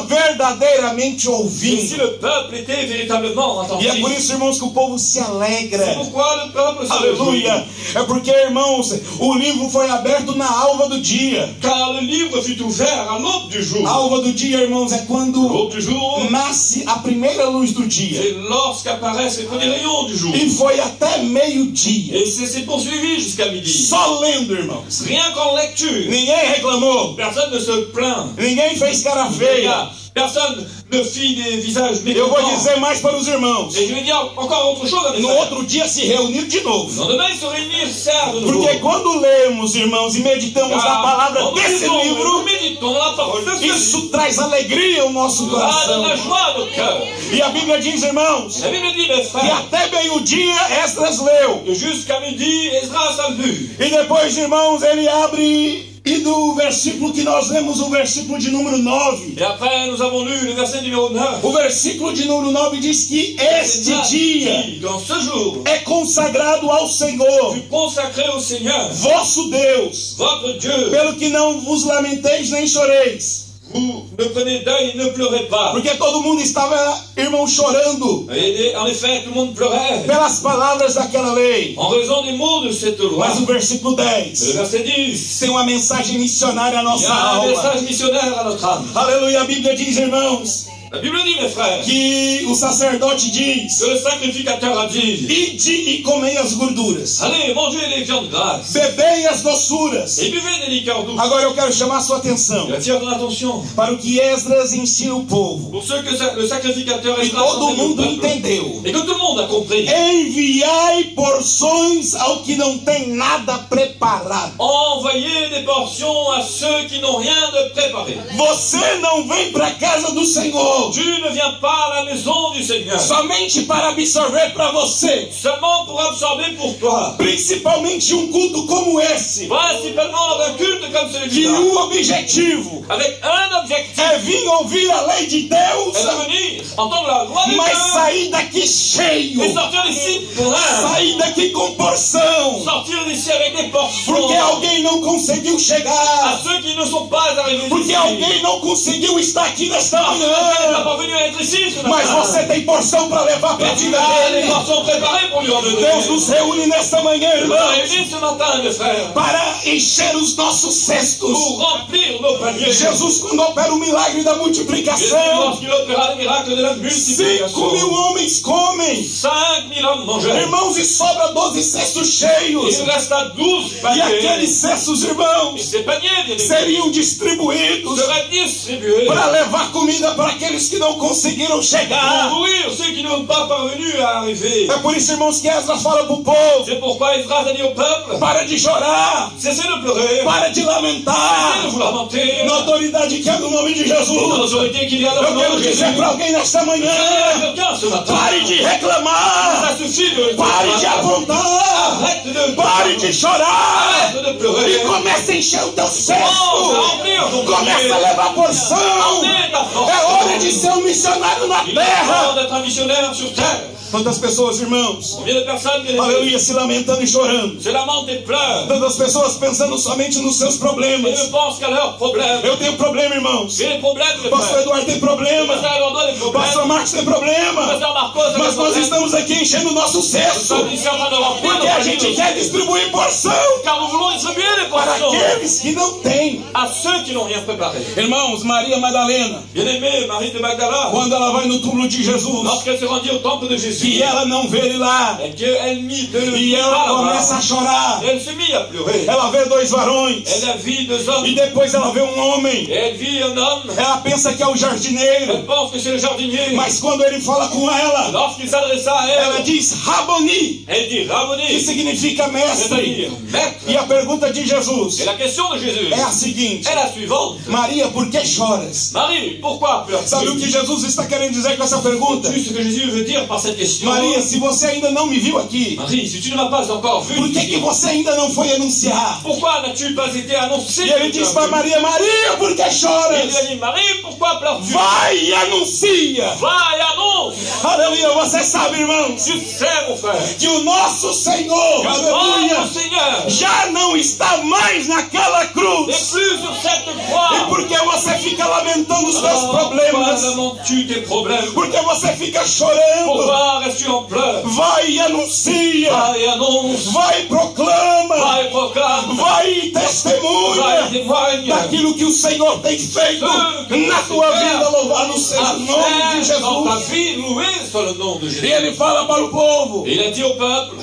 [SPEAKER 3] verdadeiramente
[SPEAKER 2] Et si
[SPEAKER 3] ouvindo,
[SPEAKER 2] le peuple était véritablement
[SPEAKER 3] e é
[SPEAKER 2] entendu,
[SPEAKER 3] por isso, irmãos, que o povo se alegra.
[SPEAKER 2] pourquoi le peuple se réjouit
[SPEAKER 3] Aleluia! É porque, irmãos, o livro foi aberto na alva do dia.
[SPEAKER 2] Car le livre fut ouvert à l'aube du
[SPEAKER 3] A
[SPEAKER 2] jour.
[SPEAKER 3] alva do dia, irmãos, é quando
[SPEAKER 2] L'aube du jour,
[SPEAKER 3] nasce a primeira luz do dia.
[SPEAKER 2] c'est lorsqu'apparaissent les premiers rayons du jour.
[SPEAKER 3] E foi até meio-dia.
[SPEAKER 2] Et c'est c'est poursuivi jusqu'à midi.
[SPEAKER 3] Só lendo, irmãos.
[SPEAKER 2] Rien qu'en lecture,
[SPEAKER 3] Ninguém reclamou.
[SPEAKER 2] personne ne se plaint.
[SPEAKER 3] Ninguém fez cara feia.
[SPEAKER 2] Regarde, Personne ne fit des visages
[SPEAKER 3] Eu vou
[SPEAKER 2] mécontents.
[SPEAKER 3] dizer mais para os irmãos.
[SPEAKER 2] Et je vais dire encore autre chose à mes
[SPEAKER 3] No
[SPEAKER 2] frères.
[SPEAKER 3] outro dia se reuniram de novo.
[SPEAKER 2] Non, demain, ils se réunirent, certes, de nouveau.
[SPEAKER 3] Porque quando lemos, irmãos, e meditamos na
[SPEAKER 2] Car,
[SPEAKER 3] palavra
[SPEAKER 2] en
[SPEAKER 3] desse
[SPEAKER 2] méditant, nous
[SPEAKER 3] livro,
[SPEAKER 2] méditons la parole de Dieu.
[SPEAKER 3] isso traz alegria ao nosso
[SPEAKER 2] Ah, donne
[SPEAKER 3] coração.
[SPEAKER 2] la joie à nos cœurs.
[SPEAKER 3] E a Bíblia diz, irmãos,
[SPEAKER 2] La Bible dit, mes
[SPEAKER 3] que
[SPEAKER 2] frères,
[SPEAKER 3] até meio-dia Esdras leu.
[SPEAKER 2] que jusqu'à midi, Ezra a vu.
[SPEAKER 3] E depois, irmãos, ele abre e do versículo que nós lemos, o versículo de número 9.
[SPEAKER 2] Et après, nous avons lu le verset numéro 9.
[SPEAKER 3] O versículo de número 9 diz que este
[SPEAKER 2] Ezra
[SPEAKER 3] dia
[SPEAKER 2] dit, Dans ce jour,
[SPEAKER 3] é consagrado ao Senhor,
[SPEAKER 2] fut consacré au Seigneur,
[SPEAKER 3] vosso Deus,
[SPEAKER 2] votre Dieu.
[SPEAKER 3] pelo que não vos lamenteis nem choreis.
[SPEAKER 2] Vous ne prenez deuil et ne pleurez pas.
[SPEAKER 3] Porque todo mundo estava, irmão, chorando
[SPEAKER 2] Et en effet, tout le monde pleurait
[SPEAKER 3] pelas palavras daquela lei.
[SPEAKER 2] en raison des mots de cette loi.
[SPEAKER 3] Mas o versículo
[SPEAKER 2] Le
[SPEAKER 3] 10
[SPEAKER 2] verset 10.
[SPEAKER 3] tem uma mensagem missionária à
[SPEAKER 2] Il y
[SPEAKER 3] nossa
[SPEAKER 2] a un
[SPEAKER 3] alma.
[SPEAKER 2] message missionnaire à notre âme.
[SPEAKER 3] Aleluia, a Bíblia diz, irmãos,
[SPEAKER 2] La Bible dit, mes frères,
[SPEAKER 3] que o sacerdote diz:
[SPEAKER 2] que le sacrificateur a dit
[SPEAKER 3] Ide e comei as gorduras,
[SPEAKER 2] Allez, mangez les viandes grasses
[SPEAKER 3] bebei as doçuras.
[SPEAKER 2] et buvez des liqueurs douces.
[SPEAKER 3] Agora eu quero chamar a sua atenção
[SPEAKER 2] J'attire ton attention.
[SPEAKER 3] para o que Esdras ensina o povo.
[SPEAKER 2] Pour ceux que sa- le sacrificateur
[SPEAKER 3] E
[SPEAKER 2] est
[SPEAKER 3] todo
[SPEAKER 2] rassemblant au
[SPEAKER 3] mundo
[SPEAKER 2] peuple,
[SPEAKER 3] entendeu.
[SPEAKER 2] et que tout le monde a compris.
[SPEAKER 3] Enviai porções ao que não tem nada preparado.
[SPEAKER 2] Envoyez des portions à ceux qui n'ont rien de préparé.
[SPEAKER 3] Você não vem para a casa do Senhor
[SPEAKER 2] Tu ne viens pas à la maison du Seigneur
[SPEAKER 3] somente para absorver para você,
[SPEAKER 2] seulement pour absorber pour toi.
[SPEAKER 3] principalmente um culto como esse,
[SPEAKER 2] Principalement dans un culte comme
[SPEAKER 3] que
[SPEAKER 2] celui-là,
[SPEAKER 3] o objetivo
[SPEAKER 2] avec un objectif,
[SPEAKER 3] é vir ouvir a lei de Deus,
[SPEAKER 2] c'est de venir entendre la loi de
[SPEAKER 3] mas
[SPEAKER 2] Dieu
[SPEAKER 3] sair daqui cheio,
[SPEAKER 2] et sortir d'ici plein.
[SPEAKER 3] sair daqui com porção,
[SPEAKER 2] Sortir d'ici avec des
[SPEAKER 3] porque
[SPEAKER 2] portions
[SPEAKER 3] alguém não conseguiu
[SPEAKER 2] à
[SPEAKER 3] chegar,
[SPEAKER 2] ceux qui ne sont pas arrivés
[SPEAKER 3] porque
[SPEAKER 2] ici.
[SPEAKER 3] alguém não conseguiu estar aqui nesta
[SPEAKER 2] Parce que quelqu'un n'est pas
[SPEAKER 3] manhã,
[SPEAKER 2] parvenu à être ici ce
[SPEAKER 3] mas
[SPEAKER 2] matin.
[SPEAKER 3] você tem porção para levar para
[SPEAKER 2] Mais tu
[SPEAKER 3] tirar.
[SPEAKER 2] as les portions préparées pour lui en donner.
[SPEAKER 3] Deus nos reúne nesta manhã,
[SPEAKER 2] Nous sommes
[SPEAKER 3] irmãos.
[SPEAKER 2] réunis ce matin, mes frères,
[SPEAKER 3] para encher os nossos cestos.
[SPEAKER 2] pour remplir nos paniers.
[SPEAKER 3] Jesus, quando opera o milagre da
[SPEAKER 2] Jésus,
[SPEAKER 3] multiplicação,
[SPEAKER 2] lorsqu'il opéra le miracle de la multiplication,
[SPEAKER 3] cinco mil homens comem,
[SPEAKER 2] 5 000 hommes mangeaient.
[SPEAKER 3] irmãos, e sobra 12 cestos cheios.
[SPEAKER 2] Il resta 12
[SPEAKER 3] E
[SPEAKER 2] paniers.
[SPEAKER 3] aqueles cestos,
[SPEAKER 2] Et
[SPEAKER 3] irmãos,
[SPEAKER 2] ces paniers, bien évidemment,
[SPEAKER 3] seriam distribuídos
[SPEAKER 2] seraient distribués
[SPEAKER 3] para levar comida para aqueles que não conseguiram
[SPEAKER 2] pour
[SPEAKER 3] chegar.
[SPEAKER 2] nourrir ceux qui n'ont pas parvenu à arriver.
[SPEAKER 3] É por isso, irmãos, que Ezra fala para o povo:
[SPEAKER 2] C'est pourquoi Israël a dit au peuple
[SPEAKER 3] para de chorar,
[SPEAKER 2] cessez de pleurer,
[SPEAKER 3] para de
[SPEAKER 2] cessez de
[SPEAKER 3] lamentar.
[SPEAKER 2] vous lamenter.
[SPEAKER 3] Na autoridade que é no nome de Jesus,
[SPEAKER 2] L'autorité qu'il y a dans le
[SPEAKER 3] eu
[SPEAKER 2] nom
[SPEAKER 3] quero
[SPEAKER 2] de Jésus.
[SPEAKER 3] dizer para alguém nesta
[SPEAKER 2] Parlez à
[SPEAKER 3] manhã.
[SPEAKER 2] quelqu'un ce matin.
[SPEAKER 3] Pare de reclamar!
[SPEAKER 2] Ça suffit de.
[SPEAKER 3] Pare de apontar!
[SPEAKER 2] Arrête de.
[SPEAKER 3] Pare de chorar!
[SPEAKER 2] Arrête de
[SPEAKER 3] E
[SPEAKER 2] pleurer.
[SPEAKER 3] comece a encher o teu cesto!
[SPEAKER 2] Não, não,
[SPEAKER 3] Começa a levar porção!
[SPEAKER 2] Arrête ta force.
[SPEAKER 3] É hora de ser um missionário na
[SPEAKER 2] Il est temps
[SPEAKER 3] terra!
[SPEAKER 2] d'être un missionnaire sur terre.
[SPEAKER 3] Quantas pessoas, irmãos,
[SPEAKER 2] Combien de personnes, bien aimées,
[SPEAKER 3] aleluia, se lamentando e chorando!
[SPEAKER 2] se lamentent et pleurent
[SPEAKER 3] Tantas pessoas pensando somente nos seus
[SPEAKER 2] et
[SPEAKER 3] problemas!
[SPEAKER 2] ne pensent qu'à leurs problèmes.
[SPEAKER 3] Eu tenho problema, irmãos!
[SPEAKER 2] J'ai des problèmes, mes
[SPEAKER 3] Pastor
[SPEAKER 2] frères.
[SPEAKER 3] Eduardo tem
[SPEAKER 2] Le
[SPEAKER 3] problema!
[SPEAKER 2] pasteur Eduardo a des problema.
[SPEAKER 3] Pastor Marcos tem
[SPEAKER 2] Mas
[SPEAKER 3] problema.
[SPEAKER 2] é uma coisa
[SPEAKER 3] Mas nós
[SPEAKER 2] problema.
[SPEAKER 3] estamos aqui enchendo o nosso cesto.
[SPEAKER 2] Sabe, isso é uma nova coisa,
[SPEAKER 3] Porque a gente
[SPEAKER 2] querido.
[SPEAKER 3] quer distribuir porção
[SPEAKER 2] Calumnou isso mesmo,
[SPEAKER 3] para
[SPEAKER 2] coração.
[SPEAKER 3] aqueles que não têm.
[SPEAKER 2] À ceux qui n'ont rien préparé.
[SPEAKER 3] Irmãos, Maria Madalena,
[SPEAKER 2] Bien aimé, Marie de Magdala,
[SPEAKER 3] quando ela vai no túmulo de Jesus
[SPEAKER 2] lorsqu'elle se rendit au temple de
[SPEAKER 3] e
[SPEAKER 2] Jésus,
[SPEAKER 3] ela não vê ele lá,
[SPEAKER 2] et qu'elle mit de
[SPEAKER 3] e ela começa a chorar,
[SPEAKER 2] elle se mit à pleurer.
[SPEAKER 3] ela vê dois varões,
[SPEAKER 2] Elle a vu deux
[SPEAKER 3] e
[SPEAKER 2] hommes,
[SPEAKER 3] depois ela vê um homem,
[SPEAKER 2] elle vit un homme,
[SPEAKER 3] ela pensa que é o
[SPEAKER 2] elle
[SPEAKER 3] jardineiro,
[SPEAKER 2] pense que c'est le jardinier.
[SPEAKER 3] mas quando ele fala com ela,
[SPEAKER 2] Lorsqu'il s'adressa à
[SPEAKER 3] ela
[SPEAKER 2] elle,
[SPEAKER 3] diz Raboni,
[SPEAKER 2] elle dit
[SPEAKER 3] que
[SPEAKER 2] Rabboni,
[SPEAKER 3] significa mestre.
[SPEAKER 2] c'est-à-dire maître.
[SPEAKER 3] E a pergunta de Jesus
[SPEAKER 2] Et la question de Jésus
[SPEAKER 3] é a seguinte:
[SPEAKER 2] est la suivante
[SPEAKER 3] Maria, por que choras?
[SPEAKER 2] Marie, pourquoi
[SPEAKER 3] Sabe o
[SPEAKER 2] pleures-tu
[SPEAKER 3] que Jesus está querendo dizer com essa pergunta?
[SPEAKER 2] Tu sais ce que Jésus veut dire par cette question
[SPEAKER 3] Maria, se você ainda não me viu aqui,
[SPEAKER 2] Marie, si tu ne m'as pas encore vu,
[SPEAKER 3] por que, que você ainda não foi anunciar?
[SPEAKER 2] pourquoi n'as-tu pas été annoncé
[SPEAKER 3] E
[SPEAKER 2] que
[SPEAKER 3] ele
[SPEAKER 2] tu
[SPEAKER 3] diz
[SPEAKER 2] as
[SPEAKER 3] para
[SPEAKER 2] vu
[SPEAKER 3] Maria: Maria, por que
[SPEAKER 2] Et il lui a
[SPEAKER 3] choras?
[SPEAKER 2] dit Marie, pourquoi pleures-tu
[SPEAKER 3] Vai e anuncia!
[SPEAKER 2] Va et annonce
[SPEAKER 3] Aleluia! Você sabe, irmãos,
[SPEAKER 2] Tu sais, mon frère,
[SPEAKER 3] que o nosso Senhor,
[SPEAKER 2] que mon
[SPEAKER 3] aleluia,
[SPEAKER 2] Seigneur
[SPEAKER 3] já não está mais naquela
[SPEAKER 2] n'est
[SPEAKER 3] cruz.
[SPEAKER 2] plus sur cette
[SPEAKER 3] E
[SPEAKER 2] croix.
[SPEAKER 3] porque você fica lamentando os seus
[SPEAKER 2] Alors, Pourquoi
[SPEAKER 3] problemas?
[SPEAKER 2] lamentes-tu tes problèmes
[SPEAKER 3] Porque você fica chorando?
[SPEAKER 2] Pourquoi restes-tu en pleurs
[SPEAKER 3] Vai e anuncia!
[SPEAKER 2] Va et annonce
[SPEAKER 3] Vai e proclama!
[SPEAKER 2] Va et proclame
[SPEAKER 3] Vai e
[SPEAKER 2] Va et
[SPEAKER 3] testemunha!
[SPEAKER 2] témoigne
[SPEAKER 3] daquilo que o Senhor tem feito na tua vida, louvado seja o nome de
[SPEAKER 2] Affaire dans ta
[SPEAKER 3] Jesus.
[SPEAKER 2] vie, loué soit le nom de
[SPEAKER 3] E
[SPEAKER 2] Jésus.
[SPEAKER 3] ele fala para o povo:
[SPEAKER 2] Et il a dit au peuple,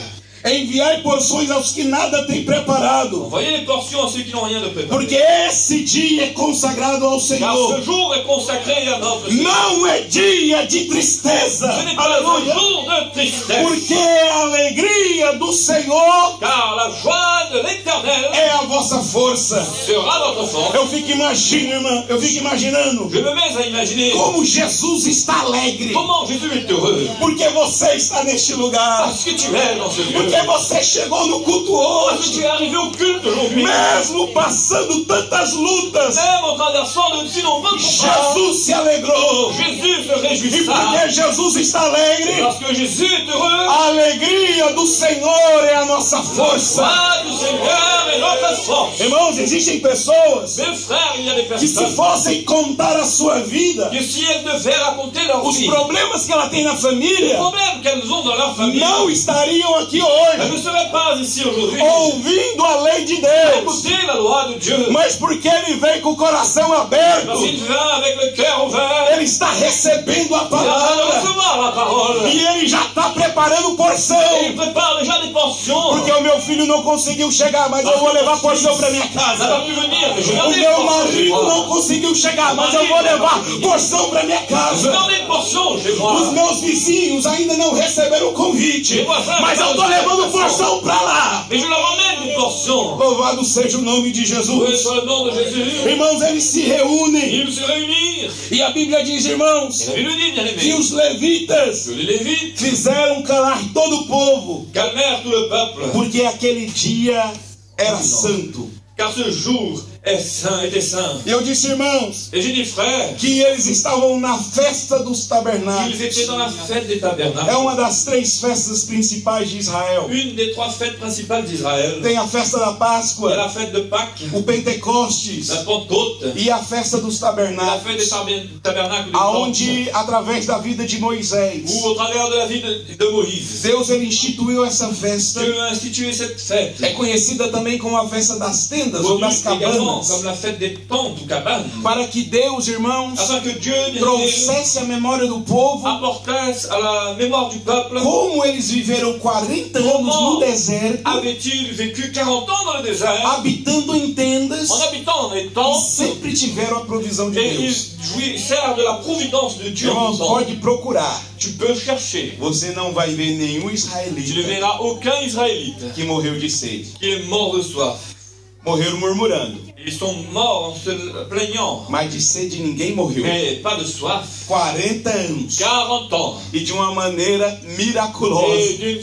[SPEAKER 3] enviai porções aos que nada têm preparado,
[SPEAKER 2] envoyez les portions à ceux qui n'ont rien de préparé.
[SPEAKER 3] porque esse dia é consagrado ao
[SPEAKER 2] Car ce
[SPEAKER 3] Senhor.
[SPEAKER 2] jour est consacré à notre Seigneur.
[SPEAKER 3] Não é dia de tristeza,
[SPEAKER 2] Ce n'est pas un
[SPEAKER 3] aleluia,
[SPEAKER 2] jour de tristesse.
[SPEAKER 3] porque a alegria do Senhor
[SPEAKER 2] Car la joie de l'éternel
[SPEAKER 3] é a vossa força.
[SPEAKER 2] sera notre force.
[SPEAKER 3] Eu fico imaginando, irmã, eu fico imaginando
[SPEAKER 2] Je me mets à imaginer
[SPEAKER 3] como Jesus está alegre,
[SPEAKER 2] comment Jésus est heureux.
[SPEAKER 3] porque você está neste lugar.
[SPEAKER 2] Parce que tu es dans ce lieu.
[SPEAKER 3] Porque você chegou no culto
[SPEAKER 2] Parce que
[SPEAKER 3] hoje,
[SPEAKER 2] tu es arrivé au culte aujourd'hui.
[SPEAKER 3] mesmo passando tantas lutas,
[SPEAKER 2] Même en traversant de si nombreux combats,
[SPEAKER 3] Jesus se alegrou.
[SPEAKER 2] Jésus se
[SPEAKER 3] E
[SPEAKER 2] réjouissa.
[SPEAKER 3] porque Jesus está alegre,
[SPEAKER 2] Parce que Jésus est heureux.
[SPEAKER 3] a alegria do Senhor é a nossa
[SPEAKER 2] La
[SPEAKER 3] força.
[SPEAKER 2] joie du Seigneur est notre force.
[SPEAKER 3] Irmãos, existem pessoas
[SPEAKER 2] Mes frères, il y a des
[SPEAKER 3] que se
[SPEAKER 2] personnes
[SPEAKER 3] fossem contar a sua vida,
[SPEAKER 2] que si elles devaient raconter leur
[SPEAKER 3] os
[SPEAKER 2] vie,
[SPEAKER 3] problemas que ela tem na
[SPEAKER 2] les
[SPEAKER 3] família,
[SPEAKER 2] problèmes qu'elles ont dans leur famille,
[SPEAKER 3] não estariam aqui
[SPEAKER 2] elles
[SPEAKER 3] hoje,
[SPEAKER 2] ne seraient pas ici aujourd'hui.
[SPEAKER 3] Oh, ouvindo a lei de Deus.
[SPEAKER 2] Écoutez la loi de Dieu.
[SPEAKER 3] Mas porque ele vem com o coração aberto,
[SPEAKER 2] Parce qu'il vient avec le cœur ouvert,
[SPEAKER 3] ele está recebendo a
[SPEAKER 2] il est en train de
[SPEAKER 3] palavra.
[SPEAKER 2] recevoir la parole.
[SPEAKER 3] E ele já está preparando
[SPEAKER 2] Et il
[SPEAKER 3] porção.
[SPEAKER 2] prépare déjà des portions.
[SPEAKER 3] Porque o meu filho não conseguiu chegar, mas eu vou levar porção para minha
[SPEAKER 2] Ça va
[SPEAKER 3] casa.
[SPEAKER 2] plus venir, mais je
[SPEAKER 3] O
[SPEAKER 2] n'en ai
[SPEAKER 3] meu
[SPEAKER 2] portions chez
[SPEAKER 3] marido não
[SPEAKER 2] moi.
[SPEAKER 3] conseguiu chegar, mas eu vou levar porção para minha
[SPEAKER 2] Je
[SPEAKER 3] casa.
[SPEAKER 2] n'en ai portions chez
[SPEAKER 3] Os
[SPEAKER 2] moi.
[SPEAKER 3] meus vizinhos ainda não receberam o convite, mas eu estou levando porção para lá.
[SPEAKER 2] Mais je leur emmène des portions.
[SPEAKER 3] Louvado seja o nome de
[SPEAKER 2] Oui,
[SPEAKER 3] Jesus.
[SPEAKER 2] sur le nom de Jésus.
[SPEAKER 3] Irmãos, eles se reúnem
[SPEAKER 2] Ils se réunissent.
[SPEAKER 3] e a Bíblia diz, irmãos,
[SPEAKER 2] Il nous dit, bien
[SPEAKER 3] que
[SPEAKER 2] aimé,
[SPEAKER 3] os levitas
[SPEAKER 2] que les Lévites
[SPEAKER 3] fizeram calar todo o povo,
[SPEAKER 2] calmèrent tout le peuple.
[SPEAKER 3] porque aquele dia era santo.
[SPEAKER 2] car ce jour est saint, était saint.
[SPEAKER 3] E eu disse, irmãos,
[SPEAKER 2] Et j'ai dit, frère,
[SPEAKER 3] que eles estavam na festa dos
[SPEAKER 2] ils
[SPEAKER 3] tabernáculos.
[SPEAKER 2] étaient dans la fête des
[SPEAKER 3] É
[SPEAKER 2] tabernacles,
[SPEAKER 3] uma das três festas principais de Israel.
[SPEAKER 2] une des trois fêtes principales d'Israël.
[SPEAKER 3] Tem a festa da
[SPEAKER 2] Il y a la
[SPEAKER 3] Páscoa,
[SPEAKER 2] fête de Pâques,
[SPEAKER 3] o Pentecostes
[SPEAKER 2] la Pentecôte,
[SPEAKER 3] e a festa dos
[SPEAKER 2] la
[SPEAKER 3] tabernáculos,
[SPEAKER 2] fête des tab- tabernacles, du
[SPEAKER 3] aonde através da vida de Moisés,
[SPEAKER 2] où au travers de la vie de, de Moïse,
[SPEAKER 3] Deus ele instituiu essa festa.
[SPEAKER 2] Dieu a institué cette fête,
[SPEAKER 3] É conhecida também como a festa das tendas ou
[SPEAKER 2] connue
[SPEAKER 3] das
[SPEAKER 2] également comme
[SPEAKER 3] cabanas,
[SPEAKER 2] la fête des tentes ou cabanes,
[SPEAKER 3] para que Deus, irmãos,
[SPEAKER 2] afin que Dieu bien aimé,
[SPEAKER 3] trouxesse a memória do povo
[SPEAKER 2] apportait à la mémoire du peuple
[SPEAKER 3] como eles viveram 40 anos no deserto,
[SPEAKER 2] avait-il vécu 40 ans dans le
[SPEAKER 3] Ah,
[SPEAKER 2] désert,
[SPEAKER 3] habitando em tendas
[SPEAKER 2] en habitant dans les
[SPEAKER 3] e
[SPEAKER 2] tentes,
[SPEAKER 3] sempre tiveram a provisão de
[SPEAKER 2] Et
[SPEAKER 3] Deus.
[SPEAKER 2] ils jouissèrent de la providence de Dieu.
[SPEAKER 3] Irmãos, pode procurar.
[SPEAKER 2] Tu peux chercher.
[SPEAKER 3] Você não vai ver nenhum
[SPEAKER 2] Tu ne
[SPEAKER 3] israelita
[SPEAKER 2] verras aucun Israélite
[SPEAKER 3] que morreu de sede.
[SPEAKER 2] qui est mort de soif.
[SPEAKER 3] Morreram murmurando,
[SPEAKER 2] Ils sont morts en se plaignant,
[SPEAKER 3] mas de sede ninguém morreu.
[SPEAKER 2] mais pas de soif.
[SPEAKER 3] 40 anos.
[SPEAKER 2] 40 ans.
[SPEAKER 3] E de uma maneira
[SPEAKER 2] Et
[SPEAKER 3] miraculosa,
[SPEAKER 2] d'une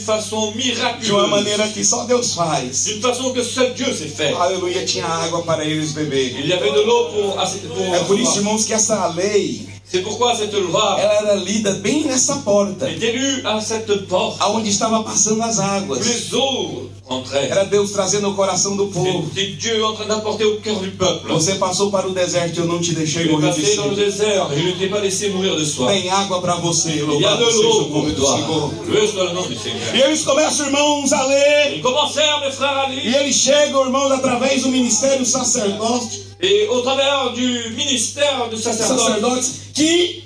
[SPEAKER 3] de
[SPEAKER 2] façon
[SPEAKER 3] uma
[SPEAKER 2] miraculeuse.
[SPEAKER 3] maneira que só Deus faz.
[SPEAKER 2] D'une façon que seul Dieu sait faire.
[SPEAKER 3] Aleluia, tinha água para eles beber.
[SPEAKER 2] Il y avait de l'eau pour. à- pour-
[SPEAKER 3] É por isso, irmãos, que essa lei,
[SPEAKER 2] C'est pourquoi cette loi
[SPEAKER 3] ela era lida bem nessa porta,
[SPEAKER 2] est élue à cette porte
[SPEAKER 3] aonde estava passando as
[SPEAKER 2] où
[SPEAKER 3] águas.
[SPEAKER 2] les eaux contraire.
[SPEAKER 4] Era Deus trazendo o coração do povo.
[SPEAKER 2] C'est c'est Dieu en train d'apporter au cœur du peuple.
[SPEAKER 4] Você passou para o deserto e eu não te deixei
[SPEAKER 2] Tu es
[SPEAKER 4] morrer de
[SPEAKER 2] passé dans le
[SPEAKER 4] sede.
[SPEAKER 2] désert et je ne t'ai pas laissé mourir de soif.
[SPEAKER 4] Tem água para você,
[SPEAKER 2] Il y a de
[SPEAKER 4] louvado seja
[SPEAKER 2] l'eau
[SPEAKER 4] o nome
[SPEAKER 2] pour
[SPEAKER 4] do
[SPEAKER 2] toi.
[SPEAKER 4] Senhor.
[SPEAKER 2] Loué soit le nom du Seigneur.
[SPEAKER 3] E eles começam, irmãos, a ler.
[SPEAKER 2] Ils commencèrent, mes frères, à
[SPEAKER 3] E
[SPEAKER 2] lire.
[SPEAKER 3] eles chegam, irmãos, através do ministério sacerdote,
[SPEAKER 2] Et au travers du ministère du sacerdoce,
[SPEAKER 3] sacerdotes, que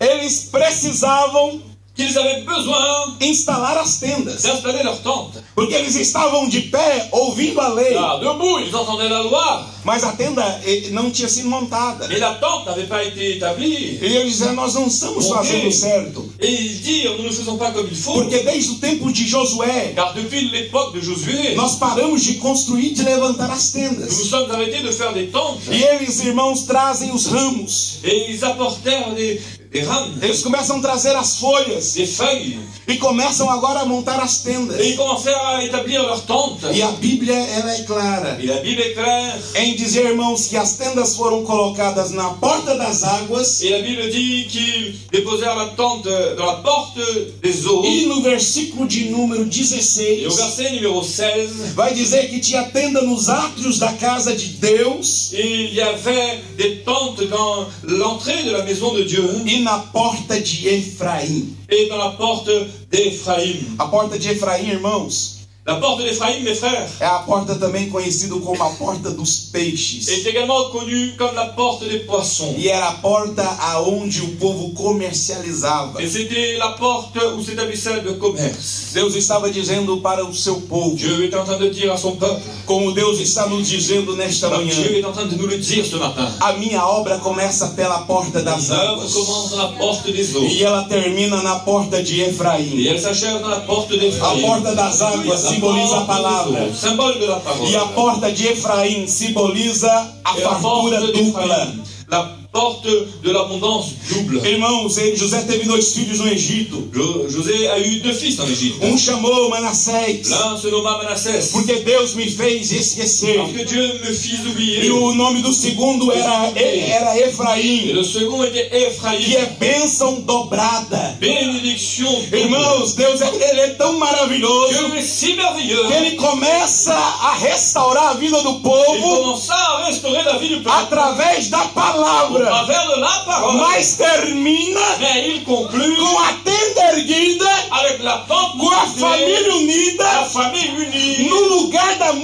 [SPEAKER 3] eles precisavam
[SPEAKER 2] qu'ils avaient besoin
[SPEAKER 3] instalar as tendas.
[SPEAKER 2] d'installer leur tente.
[SPEAKER 3] Porque eles estavam de pé, ouvindo a lei,
[SPEAKER 2] Là, debout, ils entendaient la loi,
[SPEAKER 3] mas a tenda eh, não tinha sido montada.
[SPEAKER 2] mais la tente n'avait pas été établie.
[SPEAKER 3] E eles disseram, nós não estamos
[SPEAKER 2] Por quê?
[SPEAKER 3] fazendo certo.
[SPEAKER 2] Et ils dirent, nous ne faisons pas comme il faut.
[SPEAKER 3] Porque desde o tempo de Josué,
[SPEAKER 2] Car depuis l'époque de Josué, nous
[SPEAKER 3] nós paramos de construir e de levantar as
[SPEAKER 2] nous
[SPEAKER 3] tendas.
[SPEAKER 2] sommes arrêtés de faire des tentes.
[SPEAKER 3] E eles, irmãos, trazem os ramos.
[SPEAKER 2] Et ils apportèrent des, des rames,
[SPEAKER 3] Eles começam a trazer as folhas
[SPEAKER 2] des feuilles.
[SPEAKER 3] e começam agora a montar as tendas.
[SPEAKER 2] Et ils commencèrent à établir leur tente.
[SPEAKER 3] E a Bíblia ela é clara
[SPEAKER 2] Et la Bible est claire.
[SPEAKER 3] em dizer, irmãos, que as tendas foram colocadas na porta das águas
[SPEAKER 2] Et la Bible dit qu'ils déposèrent la tente dans la porte des eaux.
[SPEAKER 3] e no versículo de número
[SPEAKER 2] Et
[SPEAKER 3] 16
[SPEAKER 2] au verset numéro 16,
[SPEAKER 3] vai dizer que tinha tenda nos átrios da casa de Deus
[SPEAKER 2] il y avait des tentes dans l'entrée de la maison de Dieu
[SPEAKER 3] e na porta de Efraim.
[SPEAKER 2] et dans la porte d'Éphraïm.
[SPEAKER 3] A porta de Efraim, irmãos,
[SPEAKER 2] La porte d'Éphraïm, mes frères,
[SPEAKER 3] é a porta também conhecida como a porta dos peixes.
[SPEAKER 2] est également connue comme la porte des poissons.
[SPEAKER 3] E era a porta aonde o povo comercializava.
[SPEAKER 2] Et c'était la porte où s'établissait le commerce.
[SPEAKER 3] Deus estava dizendo para o seu povo,
[SPEAKER 2] Dieu est en train de dire à son peuple,
[SPEAKER 3] como Deus está nos dizendo nesta
[SPEAKER 2] comme
[SPEAKER 3] manhã.
[SPEAKER 2] Dieu est en train de nous le dire ce matin.
[SPEAKER 3] A minha obra começa pela porta das
[SPEAKER 2] L'œuvre
[SPEAKER 3] águas
[SPEAKER 2] commence dans la porte des eaux.
[SPEAKER 3] e ela termina na porta de
[SPEAKER 2] Et
[SPEAKER 3] Efraim.
[SPEAKER 2] elle s'achève dans la porte d'Éphraïm.
[SPEAKER 3] A porta das águas
[SPEAKER 2] La
[SPEAKER 3] simboliza a
[SPEAKER 2] porte
[SPEAKER 3] palavra.
[SPEAKER 2] des eaux, Symbole de la parole.
[SPEAKER 3] E a porta de Efraim simboliza a
[SPEAKER 2] Et la porte
[SPEAKER 3] fartura dupla.
[SPEAKER 2] d'Éphraïm, La porte de l'abondance double.
[SPEAKER 3] Irmãos, ele- José teve dois filhos no Egito.
[SPEAKER 2] Jo- José a eu deux fils en Égypte.
[SPEAKER 3] Um chamou Manassés,
[SPEAKER 2] L'un se nomma Manassès.
[SPEAKER 3] porque Deus me fez esquecer.
[SPEAKER 2] Parce que Dieu me fit
[SPEAKER 3] E
[SPEAKER 2] oublier.
[SPEAKER 3] o nome do segundo era, era
[SPEAKER 2] Et
[SPEAKER 3] Efraim,
[SPEAKER 2] le second était
[SPEAKER 3] que
[SPEAKER 2] Ephraïm.
[SPEAKER 3] é bênção dobrada.
[SPEAKER 2] Bénédiction. double.
[SPEAKER 3] Irmãos, Deus é, ele é tão maravilhoso.
[SPEAKER 2] Dieu est si merveilleux.
[SPEAKER 3] que ele começa a restaurar a vida do
[SPEAKER 2] Il
[SPEAKER 3] povo
[SPEAKER 2] commença à restaurer la vie du peuple.
[SPEAKER 3] através da
[SPEAKER 2] Au
[SPEAKER 3] palavra,
[SPEAKER 2] travers de la parole.
[SPEAKER 3] mas termina
[SPEAKER 2] Mais il conclut
[SPEAKER 3] com a tenda erguida,
[SPEAKER 2] avec la tente
[SPEAKER 3] com a
[SPEAKER 2] montée,
[SPEAKER 3] família
[SPEAKER 2] la
[SPEAKER 3] unida,
[SPEAKER 2] famille unie.
[SPEAKER 3] no lugar da
[SPEAKER 2] dans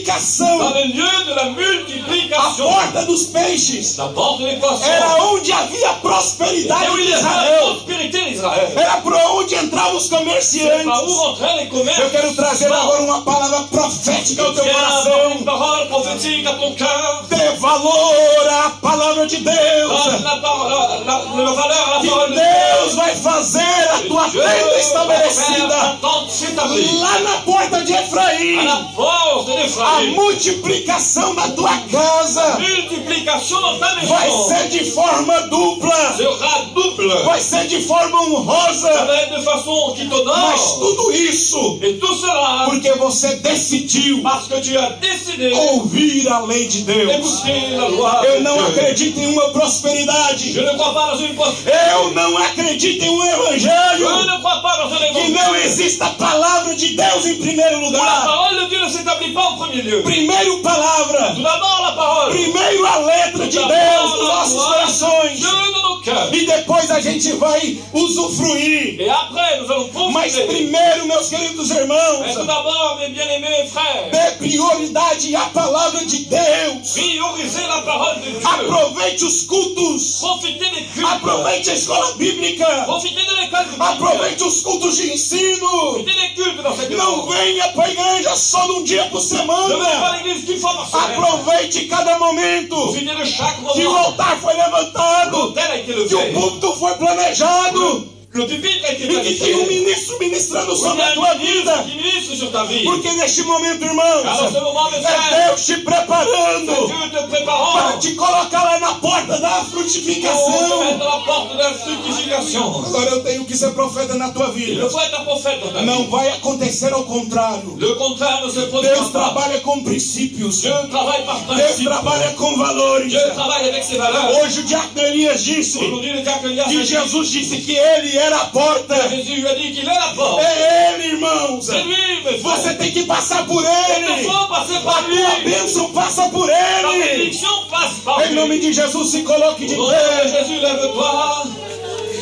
[SPEAKER 3] multiplicação.
[SPEAKER 2] le lieu de la
[SPEAKER 3] A
[SPEAKER 2] multiplication.
[SPEAKER 3] porta dos peixes
[SPEAKER 2] La porte de l'équation.
[SPEAKER 3] era onde havia
[SPEAKER 2] Là
[SPEAKER 3] prosperidade
[SPEAKER 2] où
[SPEAKER 3] de
[SPEAKER 2] il y avait la
[SPEAKER 3] Israel,
[SPEAKER 2] prospérité d'Israël.
[SPEAKER 3] era por onde entravam os
[SPEAKER 2] C'est par où
[SPEAKER 3] comerciantes.
[SPEAKER 2] rentraient les commerces.
[SPEAKER 3] Eu quero trazer agora uma palavra profética ao
[SPEAKER 2] Je
[SPEAKER 3] teu
[SPEAKER 2] viens avoir
[SPEAKER 3] coração.
[SPEAKER 2] une parole prophétique à ton cœur.
[SPEAKER 3] Dê valor à palavra de Deus.
[SPEAKER 2] Donne la parole, la, la- la valeur à la
[SPEAKER 3] que
[SPEAKER 2] parole de
[SPEAKER 3] Deus vai fazer a tua
[SPEAKER 2] Dieu
[SPEAKER 3] tenda
[SPEAKER 2] va faire ta
[SPEAKER 3] estabelecida
[SPEAKER 2] tente s'établir.
[SPEAKER 3] lá na porta de
[SPEAKER 2] À
[SPEAKER 3] Efraim.
[SPEAKER 2] la porte
[SPEAKER 3] A
[SPEAKER 2] d'Ephraïm.
[SPEAKER 3] multiplicação da tua casa
[SPEAKER 2] Multiplication dans ta
[SPEAKER 3] vai
[SPEAKER 2] maison
[SPEAKER 3] ser de forma dupla,
[SPEAKER 2] sera double.
[SPEAKER 3] vai ser de forma
[SPEAKER 2] Ça
[SPEAKER 3] honrosa,
[SPEAKER 2] va être de façon qui
[SPEAKER 3] mas
[SPEAKER 2] t'honore.
[SPEAKER 3] tudo isso
[SPEAKER 2] Et tout cela
[SPEAKER 3] porque você decidiu
[SPEAKER 2] parce que tu as décidé
[SPEAKER 3] Oh. ouvir a lei de Deus.
[SPEAKER 2] d'écouter la loi.
[SPEAKER 3] Eu
[SPEAKER 2] de
[SPEAKER 3] não
[SPEAKER 2] Dieu.
[SPEAKER 3] acredito em uma
[SPEAKER 2] Je
[SPEAKER 3] prosperidade.
[SPEAKER 2] ne crois pas dans une prospérité.
[SPEAKER 3] Eu não acredito em um
[SPEAKER 2] Je
[SPEAKER 3] evangelho
[SPEAKER 2] ne crois pas dans un
[SPEAKER 3] que
[SPEAKER 2] évangile.
[SPEAKER 3] não exista a palavra de Deus em primeiro
[SPEAKER 2] Où la
[SPEAKER 3] lugar.
[SPEAKER 2] parole de Dieu ne s'établit pas en premier lieu.
[SPEAKER 3] Primeiro
[SPEAKER 2] Tout
[SPEAKER 3] palavra,
[SPEAKER 2] d'abord la parole.
[SPEAKER 3] primeiro a letra de Deus
[SPEAKER 2] Tout
[SPEAKER 3] nos
[SPEAKER 2] d'abord la
[SPEAKER 3] nossos
[SPEAKER 2] loi de
[SPEAKER 3] corações
[SPEAKER 2] Dieu dans nos cœurs.
[SPEAKER 3] e depois a gente vai usufruir.
[SPEAKER 2] Et après, nous allons
[SPEAKER 3] Mas
[SPEAKER 2] profiter.
[SPEAKER 3] primeiro, meus queridos
[SPEAKER 2] Mais tout
[SPEAKER 3] irmãos,
[SPEAKER 2] d'abord, mes bien-aimés frères,
[SPEAKER 3] dê prioridade à palavra de Deus.
[SPEAKER 2] priorisez la parole de Dieu.
[SPEAKER 3] Aproveite os cultos,
[SPEAKER 2] Profitez des cultes.
[SPEAKER 3] aproveite a escola bíblica,
[SPEAKER 2] Profitez de l'école du
[SPEAKER 3] aproveite os cultos de ensino.
[SPEAKER 2] Profitez des cultes dans cette
[SPEAKER 3] Não
[SPEAKER 2] maison.
[SPEAKER 3] venha para a igreja só num dia por
[SPEAKER 2] Ne venez pas
[SPEAKER 3] semana.
[SPEAKER 2] à l'église qu'une fois par semaine.
[SPEAKER 3] Aproveite cada momento
[SPEAKER 2] Profitez de chaque
[SPEAKER 3] que o
[SPEAKER 2] moment.
[SPEAKER 3] altar foi levantado.
[SPEAKER 2] L'autel a
[SPEAKER 3] que
[SPEAKER 2] été
[SPEAKER 3] o
[SPEAKER 2] levé.
[SPEAKER 3] púlpito foi
[SPEAKER 2] oh.
[SPEAKER 3] planejado
[SPEAKER 2] Le pupitre a été
[SPEAKER 3] e que tem um
[SPEAKER 2] planifié.
[SPEAKER 3] ministro ministrando
[SPEAKER 2] Vous
[SPEAKER 3] sobre
[SPEAKER 2] avez
[SPEAKER 3] a
[SPEAKER 2] un
[SPEAKER 3] tua
[SPEAKER 2] ministre
[SPEAKER 3] vida.
[SPEAKER 2] qui ministre sur ta vie.
[SPEAKER 3] Porque neste momento, irmãos,
[SPEAKER 2] Alors, ce moment, mes
[SPEAKER 3] é
[SPEAKER 2] frères,
[SPEAKER 3] Deus te preparando
[SPEAKER 2] Dieu te
[SPEAKER 3] para
[SPEAKER 2] préparant
[SPEAKER 3] te colocar lá na porta porta da
[SPEAKER 2] On est
[SPEAKER 3] frutificação.
[SPEAKER 2] à la porte de la fructification.
[SPEAKER 3] Agora eu tenho que ser profeta na tua
[SPEAKER 2] Il
[SPEAKER 3] vida.
[SPEAKER 2] faut être un prophète dans ta vie.
[SPEAKER 3] Não vai acontecer ao contrário.
[SPEAKER 2] Le contraire ne se
[SPEAKER 3] Deus
[SPEAKER 2] produira pas.
[SPEAKER 3] trabalha com princípios.
[SPEAKER 2] Dieu travaille par
[SPEAKER 3] Deus
[SPEAKER 2] principe.
[SPEAKER 3] trabalha com valores.
[SPEAKER 2] Dieu travaille avec ses valeurs.
[SPEAKER 3] Hoje o diácono Elias disse
[SPEAKER 2] Aujourd'hui, le diacre Elias
[SPEAKER 3] que
[SPEAKER 2] a dit-
[SPEAKER 3] Jesus disse que ele era a porta.
[SPEAKER 2] Jésus lui a dit qu'il est la porte.
[SPEAKER 3] É ele, irmãos.
[SPEAKER 2] C'est lui, mais
[SPEAKER 3] Você tem que passar por
[SPEAKER 2] Il
[SPEAKER 3] ele.
[SPEAKER 2] faut passer par
[SPEAKER 3] A
[SPEAKER 2] lui.
[SPEAKER 3] bênção passa por
[SPEAKER 2] La
[SPEAKER 3] ele.
[SPEAKER 2] bénédiction passe par
[SPEAKER 3] Em nome
[SPEAKER 2] lui.
[SPEAKER 3] de Jesus, se coloque de
[SPEAKER 2] Au nom de
[SPEAKER 3] pé.
[SPEAKER 2] Jésus, lève-toi.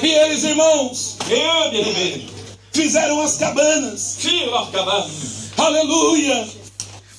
[SPEAKER 3] E eles, irmãos,
[SPEAKER 2] Et eux, bien-aimés,
[SPEAKER 3] fizeram as cabanas.
[SPEAKER 2] firent leur cabane.
[SPEAKER 3] Aleluia.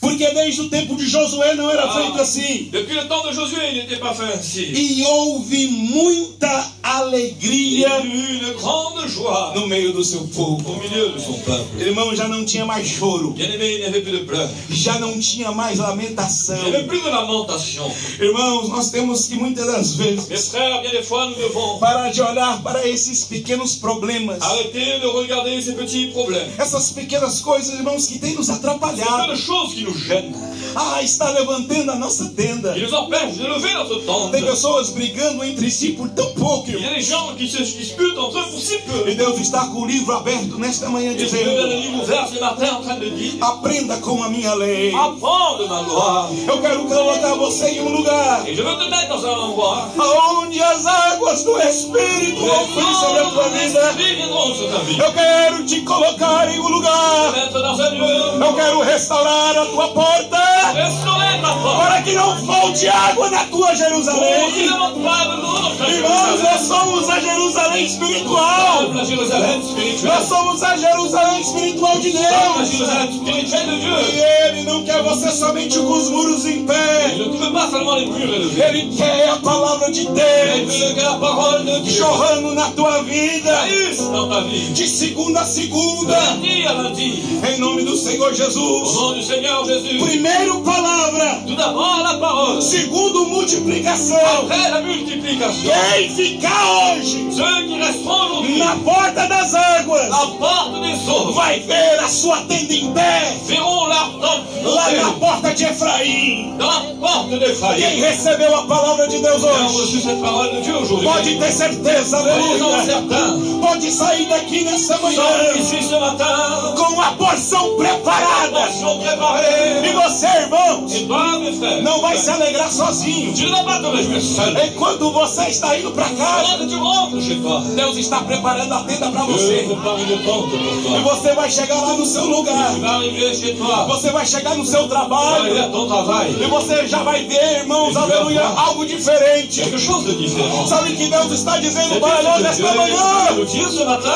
[SPEAKER 3] Porque desde o tempo de Josué não era feito assim.
[SPEAKER 2] Depuis le temps de Josué, il n'était pas fait ainsi.
[SPEAKER 3] E houve muita
[SPEAKER 2] Il y a
[SPEAKER 3] alegria.
[SPEAKER 2] eu une grande joie
[SPEAKER 3] No meio do seu povo.
[SPEAKER 2] au milieu de son peuple.
[SPEAKER 3] Irmão, já não tinha mais choro.
[SPEAKER 2] Bien-aimés, il n'y avait plus de pleurs.
[SPEAKER 3] Já não tinha mais lamentação.
[SPEAKER 2] Il n'y avait plus de lamentation.
[SPEAKER 3] Irmãos, nós temos que muitas das
[SPEAKER 2] Mes
[SPEAKER 3] vezes
[SPEAKER 2] frères, bien des fois, nous devons
[SPEAKER 3] parar de olhar para esses pequenos problemas.
[SPEAKER 2] arrêter de regarder ces petits problèmes.
[SPEAKER 3] Essas pequenas coisas, irmãos, que têm nos
[SPEAKER 2] Plein
[SPEAKER 3] atrapalhado.
[SPEAKER 2] de choses qui nous gênent,
[SPEAKER 3] Ah, está levantando a nossa tenda.
[SPEAKER 2] qui nous empêchent de lever notre
[SPEAKER 3] Tem
[SPEAKER 2] tente.
[SPEAKER 3] pessoas brigando entre si por tão pouco.
[SPEAKER 2] Il y
[SPEAKER 3] irmão.
[SPEAKER 2] a des gens qui se disputent entre eux pour si
[SPEAKER 3] E
[SPEAKER 2] peu.
[SPEAKER 3] Deus está com o livro aberto nesta manhã,
[SPEAKER 2] Et Dieu a le
[SPEAKER 3] dizendo:
[SPEAKER 2] livre ouvert ce matin en train de dire
[SPEAKER 3] Aprenda com a minha lei.
[SPEAKER 2] Apprends de ma loi.
[SPEAKER 3] Eu quero colocar você em um lugar
[SPEAKER 2] Et je veux te mettre dans un endroit
[SPEAKER 3] aonde as águas do Espírito
[SPEAKER 2] où les
[SPEAKER 3] vão sobre a tua
[SPEAKER 2] gens
[SPEAKER 3] vida.
[SPEAKER 2] de l'esprit viendront sur ta vie.
[SPEAKER 3] Eu quero te colocar em um
[SPEAKER 2] Te
[SPEAKER 3] lugar.
[SPEAKER 2] mettre dans un lieu
[SPEAKER 3] Eu quero restaurar a tua porta
[SPEAKER 2] restaurer ta foi.
[SPEAKER 3] para que não falte água na tua
[SPEAKER 2] On ne
[SPEAKER 3] Jerusalém.
[SPEAKER 2] demande pas de l'eau dans ta
[SPEAKER 3] Irmãos, nós
[SPEAKER 2] Jérusalem.
[SPEAKER 3] somos a Jerusalém espiritual.
[SPEAKER 2] La Jérusalem spirituelle.
[SPEAKER 3] Nós somos a Jerusalém espiritual de
[SPEAKER 2] La
[SPEAKER 3] Deus.
[SPEAKER 2] Jérusalem spirituelle de
[SPEAKER 3] E
[SPEAKER 2] Dieu.
[SPEAKER 3] Ele não quer você somente com os muros em
[SPEAKER 2] Il
[SPEAKER 3] pé.
[SPEAKER 2] ne veut pas seulement les murs élevés.
[SPEAKER 3] Ele quer a palavra de
[SPEAKER 2] Mais
[SPEAKER 3] Deus
[SPEAKER 2] que la parole de Dieu
[SPEAKER 3] jorrando na tua vida,
[SPEAKER 2] jaillisse dans ta vie.
[SPEAKER 3] de segunda a
[SPEAKER 2] De
[SPEAKER 3] segunda,
[SPEAKER 2] lundi à lundi.
[SPEAKER 3] em nome do Senhor
[SPEAKER 2] Au
[SPEAKER 3] Jesus.
[SPEAKER 2] nom du Seigneur Jésus.
[SPEAKER 3] Primeiro, palavra.
[SPEAKER 2] Tout d'abord la parole.
[SPEAKER 3] Segundo, multiplicação.
[SPEAKER 2] Après la multiplication.
[SPEAKER 3] Quem ficar hoje
[SPEAKER 2] Ceux qui resteront aujourd'hui
[SPEAKER 3] na
[SPEAKER 2] à
[SPEAKER 3] porta das águas
[SPEAKER 2] la porte des eaux
[SPEAKER 3] vai ver a sua tenda em pé
[SPEAKER 2] verront leur tente
[SPEAKER 3] lá na
[SPEAKER 2] monter
[SPEAKER 3] porta de Efraim.
[SPEAKER 2] dans la porte des
[SPEAKER 3] Quem
[SPEAKER 2] failles.
[SPEAKER 3] recebeu a palavra de Deus
[SPEAKER 2] Qui ont
[SPEAKER 3] hoje
[SPEAKER 2] reçu cette parole de Dieu aujourd'hui.
[SPEAKER 3] pode ter certeza,
[SPEAKER 2] Soyez-en
[SPEAKER 3] aleluia.
[SPEAKER 2] certains.
[SPEAKER 3] Pode sair daqui nessa
[SPEAKER 2] Sors
[SPEAKER 3] manhã
[SPEAKER 2] ici ce matin.
[SPEAKER 3] com a porção preparada.
[SPEAKER 2] Attention préparée.
[SPEAKER 3] E você, irmãos,
[SPEAKER 2] Et toi, mes frères.
[SPEAKER 3] não vai se alegrar sozinho.
[SPEAKER 2] Tu ne vas pas te réjouir seul.
[SPEAKER 3] Enquanto você está indo para casa,
[SPEAKER 2] Pendant que tu rentres chez toi,
[SPEAKER 3] Deus está preparando a tenda para
[SPEAKER 2] Dieu
[SPEAKER 3] você.
[SPEAKER 2] prépare une tente pour
[SPEAKER 3] E
[SPEAKER 2] toi.
[SPEAKER 3] você vai chegar lá no seu lugar.
[SPEAKER 2] Tu vas arriver chez toi.
[SPEAKER 3] Você vai chegar no seu
[SPEAKER 2] Tu vas arriver
[SPEAKER 3] trabalho.
[SPEAKER 2] à ton travail.
[SPEAKER 3] E você já vai ver, irmãos, aleluia, algo diferente.
[SPEAKER 2] Quelque chose de différent.
[SPEAKER 3] Sabe o que Deus está dizendo
[SPEAKER 2] C'est
[SPEAKER 3] para nós
[SPEAKER 2] que Dieu
[SPEAKER 3] nesta
[SPEAKER 2] veut
[SPEAKER 3] manhã?
[SPEAKER 2] nous dire ce matin,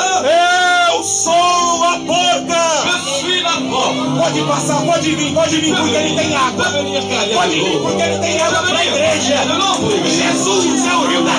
[SPEAKER 3] Eu sou a porta.
[SPEAKER 2] je suis la porte.
[SPEAKER 3] Pode passar, pode vir, pode vir
[SPEAKER 2] Je
[SPEAKER 3] porque ele tem água.
[SPEAKER 2] veux venir car il y a
[SPEAKER 3] Pode
[SPEAKER 2] de
[SPEAKER 3] vir
[SPEAKER 2] l'eau.
[SPEAKER 3] porque ele tem água para a igreja. Jesus é o rio da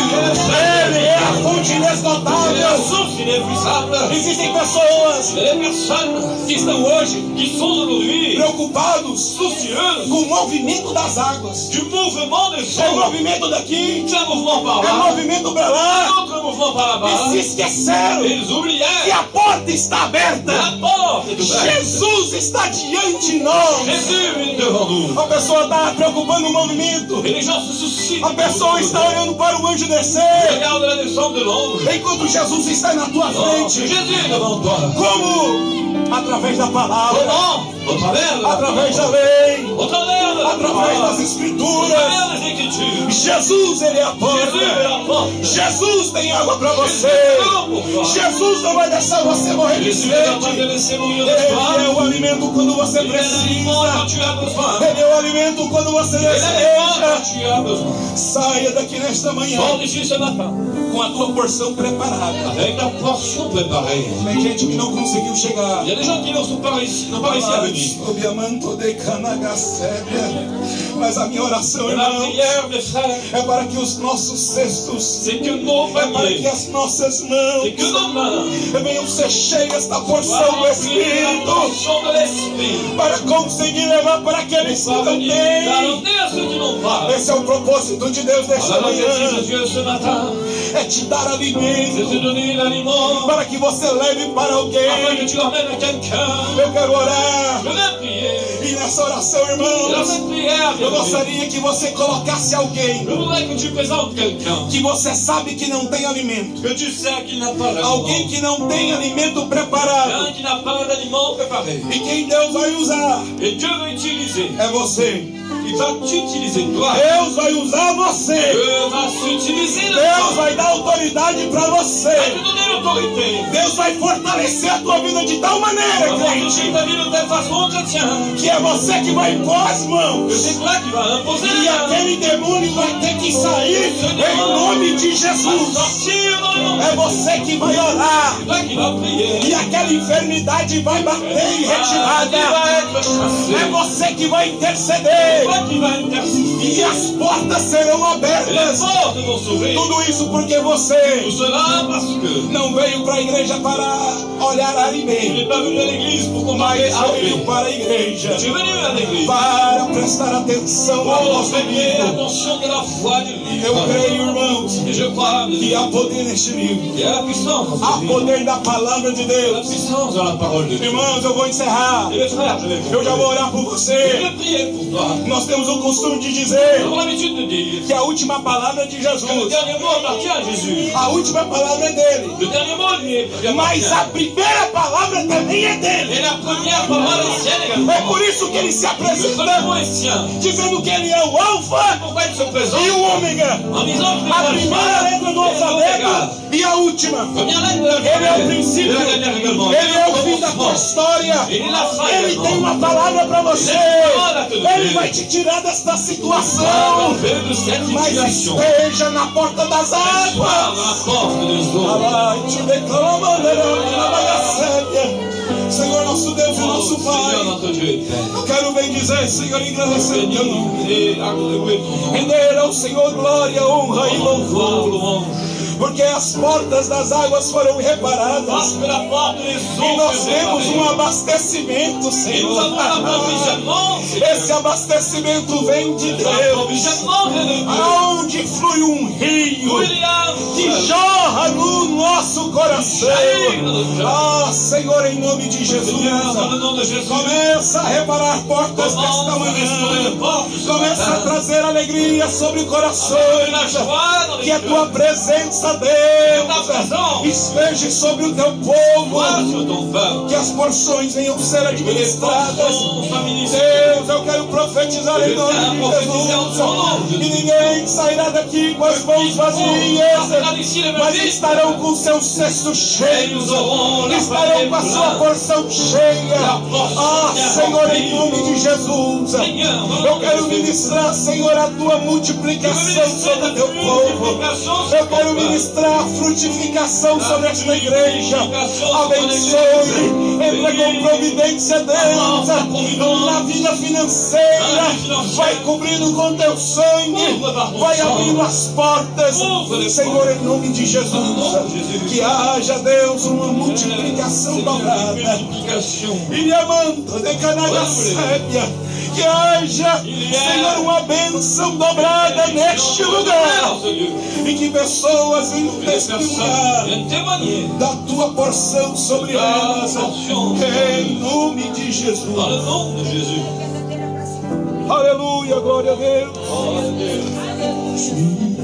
[SPEAKER 3] vida. Ele é a fonte
[SPEAKER 2] Il y a
[SPEAKER 3] inesgotável.
[SPEAKER 2] source inépuisable.
[SPEAKER 3] Existem pessoas
[SPEAKER 2] Il y a des personnes
[SPEAKER 3] que estão hoje
[SPEAKER 2] qui sont aujourd'hui
[SPEAKER 3] preocupados
[SPEAKER 2] soucieuses
[SPEAKER 3] com o movimento das águas.
[SPEAKER 2] du mouvement des
[SPEAKER 3] É o
[SPEAKER 2] eaux.
[SPEAKER 3] movimento daqui,
[SPEAKER 2] C'est un mouvement par
[SPEAKER 3] é o
[SPEAKER 2] là,
[SPEAKER 3] movimento para
[SPEAKER 2] un
[SPEAKER 3] lá.
[SPEAKER 2] autre mouvement par
[SPEAKER 3] E
[SPEAKER 2] là-bas.
[SPEAKER 3] se esqueceram
[SPEAKER 2] Ils
[SPEAKER 3] que
[SPEAKER 2] oubliaient
[SPEAKER 3] a porta está
[SPEAKER 2] la
[SPEAKER 3] aberta.
[SPEAKER 2] porte est ouverte.
[SPEAKER 3] Jesus está diante de nós.
[SPEAKER 2] Jésus est devant nous.
[SPEAKER 3] A pessoa está preocupando o movimento.
[SPEAKER 2] Et les gens se soucient.
[SPEAKER 3] A pessoa está olhando para o anjo descer.
[SPEAKER 2] Regarde la descente de l'ange.
[SPEAKER 3] Enquanto Jesus está na tua
[SPEAKER 2] Oh,
[SPEAKER 3] frente.
[SPEAKER 2] Jésus est devant toi.
[SPEAKER 3] Como? Através da palavra,
[SPEAKER 2] Comment Au travers de la
[SPEAKER 3] através da lei,
[SPEAKER 2] Au travers de la
[SPEAKER 3] através das
[SPEAKER 2] parole. Au
[SPEAKER 3] escrituras.
[SPEAKER 2] travers des Écritures.
[SPEAKER 3] Jesus, ele é a
[SPEAKER 2] Jésus est
[SPEAKER 3] porta.
[SPEAKER 2] la porte.
[SPEAKER 3] Jesus tem água para
[SPEAKER 2] Jésus
[SPEAKER 3] você.
[SPEAKER 2] est devant pour toi.
[SPEAKER 3] Jesus não vai deixar você morrer de
[SPEAKER 2] Jésus est en train de
[SPEAKER 3] sede.
[SPEAKER 2] laisser mourir
[SPEAKER 3] Ele
[SPEAKER 2] de
[SPEAKER 3] é
[SPEAKER 2] toi.
[SPEAKER 3] o alimento quando você
[SPEAKER 2] Il est l'aliment quand
[SPEAKER 3] precisa.
[SPEAKER 2] tu as besoin.
[SPEAKER 3] Ele é o alimento quando você
[SPEAKER 2] Il est l'aliment
[SPEAKER 3] deseja.
[SPEAKER 2] quand tu as besoin.
[SPEAKER 3] Saia daqui nesta manhã
[SPEAKER 2] Sors d'ici ce matin
[SPEAKER 3] com a tua porção preparada.
[SPEAKER 2] avec ta portion préparée.
[SPEAKER 3] Tem gente que não conseguiu chegar.
[SPEAKER 2] Il y a des gens qui ne sont pas réussi, n'ont pas réussi à venir.
[SPEAKER 3] Sob a manto de canagacébia. Mas a minha oração,
[SPEAKER 2] Et ma
[SPEAKER 3] irmão,
[SPEAKER 2] prière, mes frères,
[SPEAKER 3] é para que os nossos cestos,
[SPEAKER 2] c'est que nos
[SPEAKER 3] é para que
[SPEAKER 2] paniers,
[SPEAKER 3] as nossas
[SPEAKER 2] c'est
[SPEAKER 3] mãos
[SPEAKER 2] que nos mains
[SPEAKER 3] venham ser cheias da porção do
[SPEAKER 2] soient remplies de la
[SPEAKER 3] Espírito
[SPEAKER 2] portion de l'Esprit.
[SPEAKER 3] para conseguir levar para aqueles que
[SPEAKER 2] Sois
[SPEAKER 3] não têm.
[SPEAKER 2] venu d'amener à ceux qui n'ont pas.
[SPEAKER 3] Esse é o propósito de Deus nesta
[SPEAKER 2] Alors, l'objectif de
[SPEAKER 3] manhã:
[SPEAKER 2] Dieu ce matin,
[SPEAKER 3] é te dar
[SPEAKER 2] c'est de te
[SPEAKER 3] alimento
[SPEAKER 2] donner l'aliment
[SPEAKER 3] para que você leve para
[SPEAKER 2] afin que
[SPEAKER 3] alguém.
[SPEAKER 2] tu emmènes à quelqu'un.
[SPEAKER 3] Eu quero orar
[SPEAKER 2] Je vais prier.
[SPEAKER 3] e aqui nessa oração,
[SPEAKER 2] Dans
[SPEAKER 3] irmãos.
[SPEAKER 2] cette prière, bien
[SPEAKER 3] Eu
[SPEAKER 2] aimé,
[SPEAKER 3] gostaria que você colocasse alguém
[SPEAKER 2] je voudrais que tu présentes quelqu'un
[SPEAKER 3] que você sabe que não tem alimento.
[SPEAKER 2] que tu sais qu'il n'a pas
[SPEAKER 3] Alguém
[SPEAKER 2] d'aliment.
[SPEAKER 3] que não tem alimento preparado.
[SPEAKER 2] Quelqu'un qui n'a pas d'aliment préparé.
[SPEAKER 3] E quem Deus vai usar
[SPEAKER 2] Et Dieu va utiliser.
[SPEAKER 3] é você.
[SPEAKER 2] Il va t'utiliser toi.
[SPEAKER 3] Deus vai usar você.
[SPEAKER 2] Dieu va s'utiliser de
[SPEAKER 3] Deus
[SPEAKER 2] toi.
[SPEAKER 3] vai dar autoridade para
[SPEAKER 2] Il va
[SPEAKER 3] você.
[SPEAKER 2] te donner l'autorité.
[SPEAKER 3] Deus vai fortalecer a tua vida de tal
[SPEAKER 2] Il
[SPEAKER 3] maneira,
[SPEAKER 2] va protéger
[SPEAKER 3] crente,
[SPEAKER 2] ta vie de telle façon, chrétien,
[SPEAKER 3] que é você que vai pôr as
[SPEAKER 2] que
[SPEAKER 3] mãos.
[SPEAKER 2] c'est toi qui vas imposer
[SPEAKER 3] E
[SPEAKER 2] les mains.
[SPEAKER 3] aquele demônio vai ter que sair em nome de
[SPEAKER 2] Va
[SPEAKER 3] Jesus.
[SPEAKER 2] sortir dans le nom.
[SPEAKER 3] É você que vai orar.
[SPEAKER 2] C'est toi qui vas prier.
[SPEAKER 3] E aquela enfermidade vai bater e
[SPEAKER 2] Ah, tu
[SPEAKER 3] retirada.
[SPEAKER 2] vas être chassé.
[SPEAKER 3] É você que vai
[SPEAKER 2] C'est
[SPEAKER 3] interceder.
[SPEAKER 2] toi qui vas intercéder.
[SPEAKER 3] E as portas serão
[SPEAKER 2] Les
[SPEAKER 3] abertas.
[SPEAKER 2] portes vont s'ouvrir.
[SPEAKER 3] Tudo isso porque
[SPEAKER 2] Tout
[SPEAKER 3] você
[SPEAKER 2] cela parce que
[SPEAKER 3] não veio para a igreja para olhar
[SPEAKER 2] tu
[SPEAKER 3] alimento,
[SPEAKER 2] n'es pas venu à l'église pour combattre
[SPEAKER 3] mas veio
[SPEAKER 2] sauver.
[SPEAKER 3] para a igreja
[SPEAKER 2] Tu es venu à l'église
[SPEAKER 3] para prestar atenção ao
[SPEAKER 2] pour
[SPEAKER 3] nosso
[SPEAKER 2] veiller
[SPEAKER 3] livro.
[SPEAKER 2] attention de la foi du
[SPEAKER 3] Eu
[SPEAKER 2] livre.
[SPEAKER 3] creio, irmãos,
[SPEAKER 2] Et je crois
[SPEAKER 3] que há poder neste livro.
[SPEAKER 2] qu'il y a la puissance. dans
[SPEAKER 3] Há
[SPEAKER 2] ce livre.
[SPEAKER 3] poder da palavra de
[SPEAKER 2] La
[SPEAKER 3] Deus.
[SPEAKER 2] puissance de la parole de Dieu.
[SPEAKER 3] Irmãos, eu vou encerrar.
[SPEAKER 2] Et mes frères, je vais vous
[SPEAKER 3] Eu já vou orar por
[SPEAKER 2] Je
[SPEAKER 3] você.
[SPEAKER 2] vais prier pour toi.
[SPEAKER 3] Nós temos o costume de dizer
[SPEAKER 2] Nous avons l'habitude de dire
[SPEAKER 3] que a última palavra é de
[SPEAKER 2] que le
[SPEAKER 3] Jesus.
[SPEAKER 2] dernier mot appartient à Jésus.
[SPEAKER 3] A última palavra é dele.
[SPEAKER 2] Le dernier mot lui est lui appartient.
[SPEAKER 3] Mas a primeira palavra também é dele.
[SPEAKER 2] Et la première parole est sienne
[SPEAKER 3] É
[SPEAKER 2] également.
[SPEAKER 3] por isso que ele se
[SPEAKER 2] Le
[SPEAKER 3] apresenta
[SPEAKER 2] premier mot est sien.
[SPEAKER 3] dizendo que ele é o Alfa
[SPEAKER 2] Pourquoi il se
[SPEAKER 3] e
[SPEAKER 2] présente
[SPEAKER 3] o Ômega.
[SPEAKER 2] en disant que
[SPEAKER 3] A primeira letra do
[SPEAKER 2] la
[SPEAKER 3] alfabeto e a última.
[SPEAKER 2] première lettre de
[SPEAKER 3] Ele é o
[SPEAKER 2] l'alphabet. Et
[SPEAKER 3] princípio.
[SPEAKER 2] la dernière également.
[SPEAKER 3] Ele é o fim da tua história.
[SPEAKER 2] Ele na fala,
[SPEAKER 3] Ele
[SPEAKER 2] irmão.
[SPEAKER 3] tem uma palavra para você. Ele vai te tirar desta situação.
[SPEAKER 2] de cette
[SPEAKER 3] Mas
[SPEAKER 2] situation.
[SPEAKER 3] esteja na porta das
[SPEAKER 2] Par
[SPEAKER 3] águas.
[SPEAKER 2] la porte de Zoé.
[SPEAKER 3] Avante, declama, aleluia, bagaceira. Senhor nosso Deus e
[SPEAKER 2] Oh,
[SPEAKER 3] nosso
[SPEAKER 2] Seigneur,
[SPEAKER 3] Pai,
[SPEAKER 2] notre Dieu
[SPEAKER 3] eu quero bem dizer, Senhor, agradecer o teu nome.
[SPEAKER 2] est et alloué ton nom.
[SPEAKER 3] Render ao Senhor glória, honra e
[SPEAKER 2] Gloire,
[SPEAKER 3] louvor,
[SPEAKER 2] louange.
[SPEAKER 3] porque as portas das águas foram reparadas
[SPEAKER 2] Parce que la porte des
[SPEAKER 3] e
[SPEAKER 2] eaux
[SPEAKER 3] nós
[SPEAKER 2] se
[SPEAKER 3] temos um
[SPEAKER 2] réparait.
[SPEAKER 3] abastecimento,
[SPEAKER 2] Et nous
[SPEAKER 3] Senhor.
[SPEAKER 2] avons un approvisionnement,
[SPEAKER 3] Esse abastecimento vem de Deus,
[SPEAKER 2] l'approvisionnement vient de Dieu.
[SPEAKER 3] aonde flui um rio.
[SPEAKER 2] Où il y a un
[SPEAKER 3] que
[SPEAKER 2] fleuve.
[SPEAKER 3] jorra no nosso coração. Ah, Senhor, em nome de Jesus,
[SPEAKER 2] Seigneur, dans le nom de Jésus,
[SPEAKER 3] começa a reparar portas
[SPEAKER 2] commence
[SPEAKER 3] desta
[SPEAKER 2] à restaurer
[SPEAKER 3] manhã.
[SPEAKER 2] le port ce
[SPEAKER 3] Começa a
[SPEAKER 2] matin.
[SPEAKER 3] trazer alegria sobre o coração.
[SPEAKER 2] Avec de la joie dans les
[SPEAKER 3] Que a
[SPEAKER 2] cœurs.
[SPEAKER 3] tua presença, Deus, esteja sobre o teu povo.
[SPEAKER 2] Gloire sur ton peuple.
[SPEAKER 3] Que as porções venham ser
[SPEAKER 2] Que les
[SPEAKER 3] administradas.
[SPEAKER 2] portions soient ministrées.
[SPEAKER 3] Deus, eu quero profetizar em nome de Jesus. E ninguém sairá daqui com as mãos vazias.
[SPEAKER 2] Partira d'ici les
[SPEAKER 3] mas
[SPEAKER 2] bêtises.
[SPEAKER 3] estarão com seu cesto
[SPEAKER 2] Et
[SPEAKER 3] cheio,
[SPEAKER 2] nous aurons la
[SPEAKER 3] estarão com a sua
[SPEAKER 2] parole
[SPEAKER 3] porção cheia. Ah, Senhor, em nome de Jesus,
[SPEAKER 2] pleine. Seigneur, dans le
[SPEAKER 3] eu
[SPEAKER 2] nom
[SPEAKER 3] quero
[SPEAKER 2] de Jésus.
[SPEAKER 3] ministrar, Senhor, a tua multiplicação sobre o teu povo. Eu quero ministrar a frutificação sobre esta igreja. Abençoe, entra com providência, Deus, na vida financeira. Vai cobrindo com teu sangue, vai abrindo as portas. Senhor, em nome de Jesus, que haja, Deus, uma multiplicação dobrada.
[SPEAKER 2] Multiplication.
[SPEAKER 3] Ilhamanta de Canagacébia. Que haja, Senhor, uma bênção dobrada neste lugar. E que pessoas venham
[SPEAKER 2] Que les personnes
[SPEAKER 3] testemunhar
[SPEAKER 2] viennent témoigner
[SPEAKER 3] da tua porção sobre
[SPEAKER 2] da
[SPEAKER 3] elas.
[SPEAKER 2] porção.
[SPEAKER 3] Em nome de
[SPEAKER 2] dans
[SPEAKER 3] Jesus.
[SPEAKER 2] le nom de Jésus.
[SPEAKER 3] Aleluia, glória a Deus.
[SPEAKER 2] Oh, Dieu.
[SPEAKER 3] Sim.